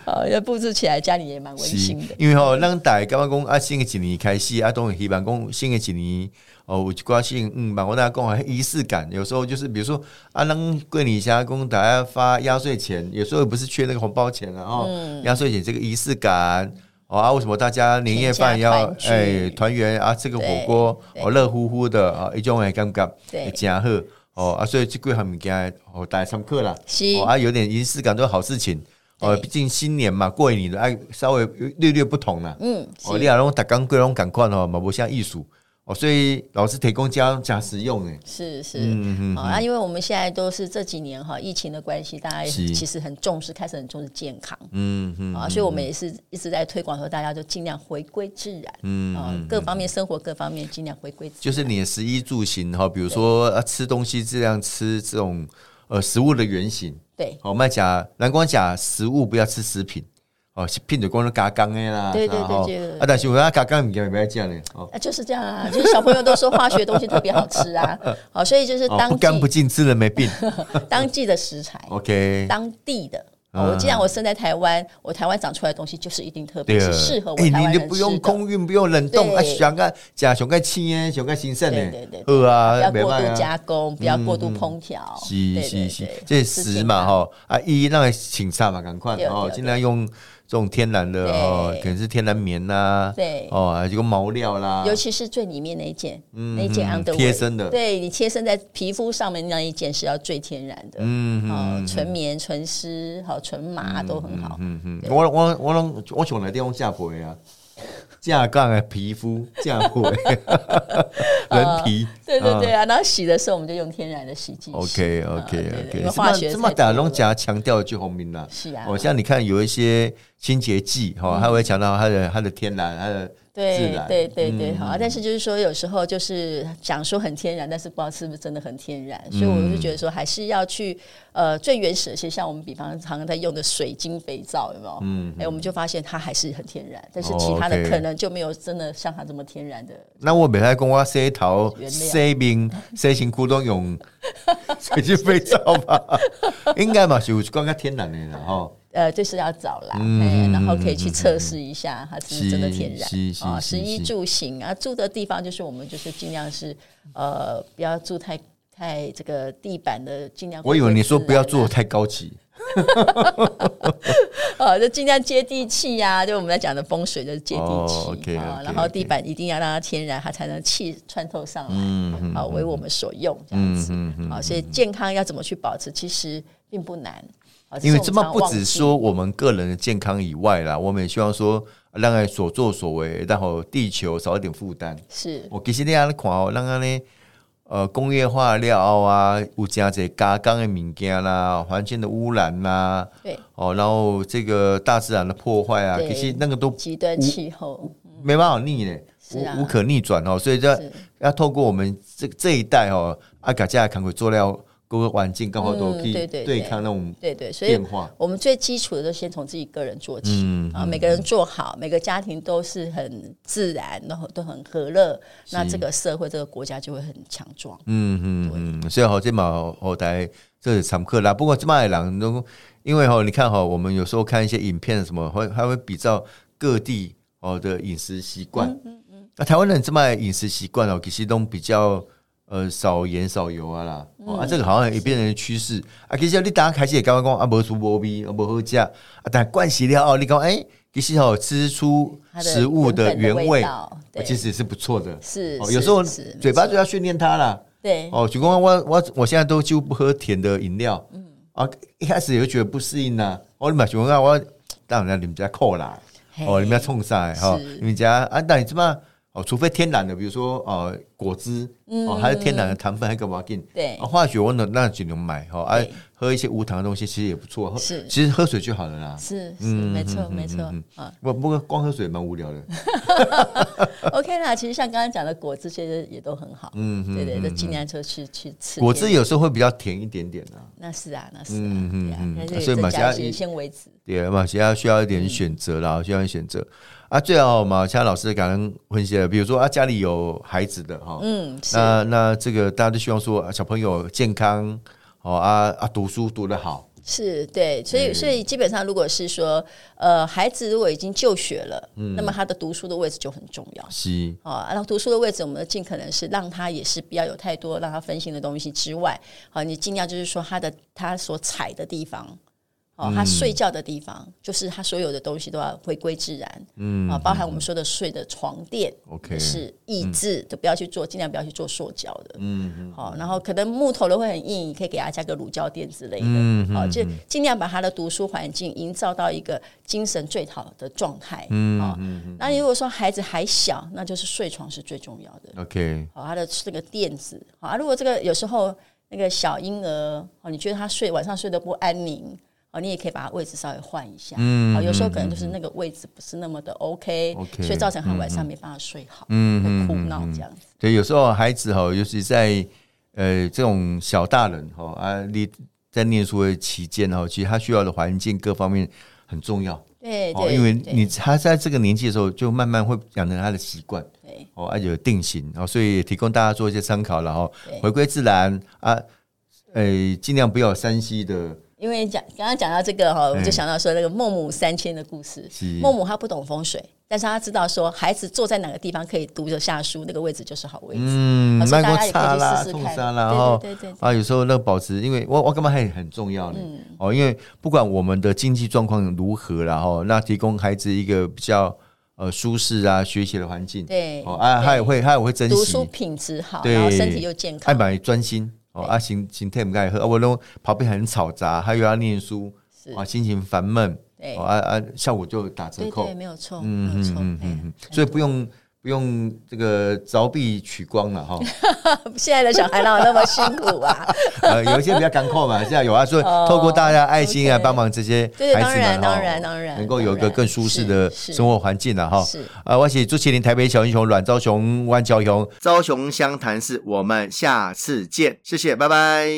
[SPEAKER 3] 好，要布置起来家里也蛮温
[SPEAKER 2] 是
[SPEAKER 3] 馨的。，
[SPEAKER 2] 因为吼、咱大家感觉讲啊，新的一年开始啊，当然希望讲新的一年哦，有一寡新嗯，嘛，我大家讲啊，仪式感，有时候就是比如说啊，咱过年下讲大啊家
[SPEAKER 3] 嗯
[SPEAKER 2] 发压岁钱，有时候也不是缺那个红包钱了哦，压岁钱这个仪式感。哦啊，为什么大家年夜饭要
[SPEAKER 3] 全家团聚
[SPEAKER 2] 哎团圆啊？这个火锅
[SPEAKER 3] 对
[SPEAKER 2] 哦热乎乎的啊，一种哎尴尬，
[SPEAKER 3] 对
[SPEAKER 2] 会真好哦啊，所以这几项物件哦，大家上课啦，
[SPEAKER 3] 是
[SPEAKER 2] 哦啊，有点仪式感都是好事情哦，
[SPEAKER 3] 对
[SPEAKER 2] 毕竟新年嘛，过年的哎稍微略略不同啦。
[SPEAKER 3] 嗯，
[SPEAKER 2] 哦，
[SPEAKER 3] 是
[SPEAKER 2] 你啊，拢逐工过拢共款哦，嘛无像艺术哦，所以老师提供家家实用诶，
[SPEAKER 3] 是
[SPEAKER 2] 嗯
[SPEAKER 3] 是，好啊，因为我们现在都是这几年哈疫情的关系，大家也
[SPEAKER 2] 是
[SPEAKER 3] 其实很重视，开始很重视健康
[SPEAKER 2] 嗯嗯
[SPEAKER 3] 啊，所以我们也是一直在推广说，大家就尽量回归自然，
[SPEAKER 2] 嗯
[SPEAKER 3] 啊，各方面生活各方面尽量回归自
[SPEAKER 2] 就是你的食衣住行哈，比如说啊吃东西尽量吃这种呃食物的原型，哦
[SPEAKER 3] 对
[SPEAKER 2] 好卖讲蓝光讲食物不要吃食品。哦，是品就讲了加工的啦，
[SPEAKER 3] 对对
[SPEAKER 2] 是吧
[SPEAKER 3] 对对
[SPEAKER 2] 哦啊，但是我要加工物件不要这样嘞，哦，
[SPEAKER 3] 啊，就是这样啊，就是小朋友都说化学东西特别好吃啊，好，所以就是
[SPEAKER 2] 哦
[SPEAKER 3] 当
[SPEAKER 2] 不
[SPEAKER 3] 季、
[SPEAKER 2] 干不净吃了没病
[SPEAKER 3] 当季的食材，
[SPEAKER 2] ，OK，
[SPEAKER 3] 当地的。
[SPEAKER 2] 嗯
[SPEAKER 3] 哦我既然我生在台湾，我台湾长出来的东西就是一定特别，
[SPEAKER 2] 对啊，
[SPEAKER 3] 是适合我
[SPEAKER 2] 哎
[SPEAKER 3] 台湾
[SPEAKER 2] 你
[SPEAKER 3] 人
[SPEAKER 2] 就不
[SPEAKER 3] 吃
[SPEAKER 2] 用
[SPEAKER 3] 的。
[SPEAKER 2] 空运，不用冷冻
[SPEAKER 3] 对
[SPEAKER 2] 啊，想个加想个青诶，想个新鲜
[SPEAKER 3] 对
[SPEAKER 2] 的
[SPEAKER 3] 对对，
[SPEAKER 2] 好
[SPEAKER 3] 不
[SPEAKER 2] 啊，
[SPEAKER 3] 要
[SPEAKER 2] 没
[SPEAKER 3] 过
[SPEAKER 2] 办
[SPEAKER 3] 度
[SPEAKER 2] 法。
[SPEAKER 3] 加工，不要过度烹调。
[SPEAKER 2] 是
[SPEAKER 3] 对对
[SPEAKER 2] 嗯是是
[SPEAKER 3] 对，
[SPEAKER 2] 这
[SPEAKER 3] 是
[SPEAKER 2] 食
[SPEAKER 3] 健
[SPEAKER 2] 嘛
[SPEAKER 3] 康，
[SPEAKER 2] 吼，啊，一那个请差嘛，赶快
[SPEAKER 3] 对
[SPEAKER 2] 哦，
[SPEAKER 3] 对
[SPEAKER 2] 尽量用这种天然的哦，
[SPEAKER 3] 对
[SPEAKER 2] 可能是天然棉呐，
[SPEAKER 3] 对
[SPEAKER 2] 哦，还有这个毛料啦，
[SPEAKER 3] 尤其是最里面那一件，
[SPEAKER 2] 嗯
[SPEAKER 3] 那一件 underwear
[SPEAKER 2] 贴身的
[SPEAKER 3] 对你贴身在皮肤上面那一件是要最天然的，
[SPEAKER 2] 嗯
[SPEAKER 3] 哦
[SPEAKER 2] 嗯，
[SPEAKER 3] 纯棉、纯丝、好纯麻都很好。
[SPEAKER 2] 嗯嗯，我我我拢我从来地方下皮啊， 下杠的皮肤下皮，
[SPEAKER 3] 呃
[SPEAKER 2] 人皮，
[SPEAKER 3] 对对
[SPEAKER 2] 啊
[SPEAKER 3] 对啊，然后洗的时候我们就用天然的洗剂洗。
[SPEAKER 2] OK
[SPEAKER 3] 啊
[SPEAKER 2] OK
[SPEAKER 3] 对对
[SPEAKER 2] OK，
[SPEAKER 3] 因为化学
[SPEAKER 2] 这么
[SPEAKER 3] 太
[SPEAKER 2] 打
[SPEAKER 3] 多
[SPEAKER 2] 龙
[SPEAKER 3] 了
[SPEAKER 2] 夹强调就红明啦。
[SPEAKER 3] 是啊嗯
[SPEAKER 2] 哦，像你看有一些清洁剂哈，它会强调它的它的天然，它的自
[SPEAKER 3] 对
[SPEAKER 2] 然嗯
[SPEAKER 3] 对对对，好啊。但是就是说，有时候就是讲说很天然，但是不知道是不是真的很天然，所以我是
[SPEAKER 2] 嗯
[SPEAKER 3] 觉得说还是要去呃最原始的，其实像我们比方常常在用的水晶肥皂，有没有？嗯，哎，我们就发现它还是很天然，但是其他
[SPEAKER 2] 哦
[SPEAKER 3] 的
[SPEAKER 2] ，OK
[SPEAKER 3] 可能就没有真的像它这么天然的。
[SPEAKER 2] 那我每天跟我洗头、
[SPEAKER 3] 原料
[SPEAKER 2] 洗面、洗身躯都用 水晶肥皂吧，应该嘛是有讲较天然的啦哈。
[SPEAKER 3] 呃，就是要找啦，
[SPEAKER 2] 嗯
[SPEAKER 3] 哎然后
[SPEAKER 2] 嗯
[SPEAKER 3] 可以去测试一下它是不是真的天然
[SPEAKER 2] 是是
[SPEAKER 3] 啊。
[SPEAKER 2] 是
[SPEAKER 3] 食衣
[SPEAKER 2] 是
[SPEAKER 3] 住行啊，住的地方就是我们就是尽量是呃不要住太太这个地板的，尽量
[SPEAKER 2] 我以为你说不要
[SPEAKER 3] 做啊
[SPEAKER 2] 做太高级，
[SPEAKER 3] 呃，就尽量接地气呀、就我们在讲的风水就是接地气啊、
[SPEAKER 2] 哦，OK，OK，OK
[SPEAKER 3] 然后地板一定要让它天然，它才能气穿透上来，
[SPEAKER 2] 嗯
[SPEAKER 3] 啊、为我们所用这样子啊、
[SPEAKER 2] 嗯嗯
[SPEAKER 3] 所以健康要怎么去保持，其实并不难。啊
[SPEAKER 2] 因为这么不只
[SPEAKER 3] 只是我
[SPEAKER 2] 说
[SPEAKER 3] 们常常忘记
[SPEAKER 2] 我们个人的健康以外啦，我们也希望说，让爱所作所为，然后地球少一点负担。
[SPEAKER 3] 是
[SPEAKER 2] 我其实你安尼看哦，咱安尼呃工业化了后啊，有真侪加工的物件啦，环境的污染啦，
[SPEAKER 3] 对
[SPEAKER 2] 哦，然后这个大自然的破坏啊，
[SPEAKER 3] 对
[SPEAKER 2] 其实那个都
[SPEAKER 3] 极端气候
[SPEAKER 2] 没办法逆嘞，
[SPEAKER 3] 是
[SPEAKER 2] 无、
[SPEAKER 3] 啊
[SPEAKER 2] 无可逆转哦，所以这
[SPEAKER 3] 是
[SPEAKER 2] 要透过我们这这一代哦，阿嘎家看会做了各个环境刚好都
[SPEAKER 3] 嗯
[SPEAKER 2] 可以
[SPEAKER 3] 对对
[SPEAKER 2] 对
[SPEAKER 3] 对
[SPEAKER 2] 抗那种
[SPEAKER 3] 对对，所以
[SPEAKER 2] 变化。
[SPEAKER 3] 我们最基础的都先从自己个人做起、
[SPEAKER 2] 嗯
[SPEAKER 3] 啊，每个人做好，每个家庭都是很自然，然后都很和乐，那这个社会这个国家就会很强壮。
[SPEAKER 2] 嗯嗯嗯，所以吼，这嘛后台这是常客啦。不过这嘛的人都，因为吼，你看吼，我们有时候看一些影片什么，会还会比较各地哦的饮食习惯。
[SPEAKER 3] 嗯
[SPEAKER 2] 那、台湾人这嘛饮食习惯哦，其实都比较呃少盐少油啊啦。
[SPEAKER 3] 嗯
[SPEAKER 2] 哦啊，这个好像也变成趋势啊。其实你大家开始也刚刚讲啊，无出无味，啊无好食啊，但惯习了后，你讲哎、其实吼吃出
[SPEAKER 3] 它的
[SPEAKER 2] 食物的
[SPEAKER 3] 原
[SPEAKER 2] 原
[SPEAKER 3] 本的
[SPEAKER 2] 味，哦
[SPEAKER 3] 味道对
[SPEAKER 2] 其实也是不错的。
[SPEAKER 3] 是
[SPEAKER 2] 哦，
[SPEAKER 3] 是
[SPEAKER 2] 有时候
[SPEAKER 3] 是
[SPEAKER 2] 嘴巴就要训练它啦。
[SPEAKER 3] 对，
[SPEAKER 2] 哦，举光我我我现在都几乎不喝甜的饮料，嗯啊，一开始也会觉得不适应呐、我买举光啊，我当然你们家扣啦，
[SPEAKER 3] 嘿
[SPEAKER 2] 哦，你们家冲晒哈
[SPEAKER 3] 是，
[SPEAKER 2] 你们家啊，那你知道哦，除非天然的，比如说哦果汁，哦
[SPEAKER 3] 嗯
[SPEAKER 2] 还是天然的糖分，还干嘛进？
[SPEAKER 3] 对
[SPEAKER 2] 啊化学我能那只能买哈，哦啊
[SPEAKER 3] 对，
[SPEAKER 2] 喝一些无糖的东西其实也不错，喝
[SPEAKER 3] 是
[SPEAKER 2] 其实喝水就好了啦。
[SPEAKER 3] 是是，
[SPEAKER 2] 嗯
[SPEAKER 3] 没错没错啊。
[SPEAKER 2] 不不过光喝水蛮无聊的，
[SPEAKER 3] OK 啦，其实像刚刚讲的果汁，其实也都很好。嗯，对对，都尽量就去去吃
[SPEAKER 2] 果嗯汁
[SPEAKER 3] 点。
[SPEAKER 2] 有时候会比较甜一点点啊。
[SPEAKER 3] 那是啊，那是啊，对啊，但是
[SPEAKER 2] 所以
[SPEAKER 3] 增
[SPEAKER 2] 马
[SPEAKER 3] 加
[SPEAKER 2] 来
[SPEAKER 3] 一
[SPEAKER 2] 西亚
[SPEAKER 3] 些纤维质，
[SPEAKER 2] 对嘛，其他需要一点
[SPEAKER 3] 嗯
[SPEAKER 2] 选择啦，需要一点选择啊。最好嘛，像老师感恩分析的，比如说啊，家里有孩子的哈，
[SPEAKER 3] 嗯，是
[SPEAKER 2] 那那这个大家都希望说啊，小朋友健康哦啊啊，读书读得好，
[SPEAKER 3] 是，对，所
[SPEAKER 2] 嗯
[SPEAKER 3] 以所以基本上，如果是说，呃，孩子如果已经就学了，
[SPEAKER 2] 嗯
[SPEAKER 3] 那么他的读书的位置就很重要。
[SPEAKER 2] 是
[SPEAKER 3] 啊，然后读书的位置，我们尽可能是让他也是不要有太多让他分心的东西之外，好，你尽量就是说他的他所踩的地方，哦，他睡觉的地方，就是他所有的东西都要回归自然，嗯，啊，包含我们说的睡的床垫
[SPEAKER 2] OK
[SPEAKER 3] 也是益智的，不要去做，尽量不要去做塑胶的，嗯，好，然后可能木头的会很硬，你可以给他加个乳胶垫之类的，嗯，好，就尽量把他的读书环境营造到一个精神最好的状态，嗯，啊，那如果说孩子还小，那就是睡床是最重要的，
[SPEAKER 2] OK，
[SPEAKER 3] 好，他的这个垫子，好，啊如果这个有时候那个小婴儿，哦，你觉得他睡晚上睡得不安宁，哦，你也可以把他位置稍微换一下，嗯，好，有时候可能就是那个位置不是那么的 OK，,
[SPEAKER 2] OK，
[SPEAKER 3] 所以造成他晚上没办法睡好，嗯，会哭闹这样子，
[SPEAKER 2] 对，有时候孩子哈，尤其在呃这种小大人哈啊，你在念书的期间哈，其实他需要的环境各方面很重要
[SPEAKER 3] 对
[SPEAKER 2] 哦，
[SPEAKER 3] 对，
[SPEAKER 2] 因为
[SPEAKER 3] 对
[SPEAKER 2] 你他在这个年纪的时候，就慢慢会养成他的习惯。
[SPEAKER 3] 对
[SPEAKER 2] 哦，啊有定型哦，所以也提供大家做一些参考了哈、哦
[SPEAKER 3] 对，
[SPEAKER 2] 回归自然啊，呃，尽量不要有山西的
[SPEAKER 3] 因为讲刚刚讲到这个哈，我就
[SPEAKER 2] 嗯
[SPEAKER 3] 想到说那个孟母三迁的故事
[SPEAKER 2] 是。
[SPEAKER 3] 孟母她不懂风水，但是她知道说孩子坐在哪个地方可以读得下书，那个位置就是好位置。
[SPEAKER 2] 嗯
[SPEAKER 3] 好，所
[SPEAKER 2] 慢工
[SPEAKER 3] 以大家也可
[SPEAKER 2] 擦
[SPEAKER 3] 以去
[SPEAKER 2] 啦、
[SPEAKER 3] 试试
[SPEAKER 2] 痛
[SPEAKER 3] 看。
[SPEAKER 2] 沙啦哦，
[SPEAKER 3] 对对嗯对对，
[SPEAKER 2] 啊，有时候那个保持，因为我我干嘛还很重要呢？哦，因为不管我们的经济状况如何啦，哦，那提供孩子一个比较呃舒适啊学习的环境，
[SPEAKER 3] 对
[SPEAKER 2] 哦啊，
[SPEAKER 3] 对
[SPEAKER 2] 他也会他也会珍
[SPEAKER 3] 读书
[SPEAKER 2] 惜，
[SPEAKER 3] 品质好，
[SPEAKER 2] 对
[SPEAKER 3] 然后身体又健
[SPEAKER 2] 爱
[SPEAKER 3] 康，
[SPEAKER 2] 买专心哦啊，心心态不该喝，啊我都旁边很嘈杂，他又要念书
[SPEAKER 3] 是
[SPEAKER 2] 啊，心情烦闷，
[SPEAKER 3] 对
[SPEAKER 2] 哦啊啊，效果就打折
[SPEAKER 3] 对
[SPEAKER 2] 扣
[SPEAKER 3] 对，，没有错，没有
[SPEAKER 2] 嗯嗯
[SPEAKER 3] 错，
[SPEAKER 2] 嗯嗯
[SPEAKER 3] 嗯
[SPEAKER 2] 嗯，所以不用不用这个凿壁取光了哈。 哦
[SPEAKER 3] 现在的小孩哪有那么辛苦啊？
[SPEAKER 2] 呃，有一些比较干扣嘛，现在有啊，所以
[SPEAKER 3] 哦
[SPEAKER 2] 透过大家爱心啊，
[SPEAKER 3] OK
[SPEAKER 2] 帮忙这些
[SPEAKER 3] 对
[SPEAKER 2] 孩子们哈
[SPEAKER 3] 当然当然当然
[SPEAKER 2] 能够有一个更舒适的
[SPEAKER 3] 是是
[SPEAKER 2] 生活环境了哈。
[SPEAKER 3] 是，
[SPEAKER 2] 啊，我是朱麒麟台北小英雄阮昭雄、万昭雄，
[SPEAKER 1] 昭雄湘潭市，我们下次见，谢谢，拜拜。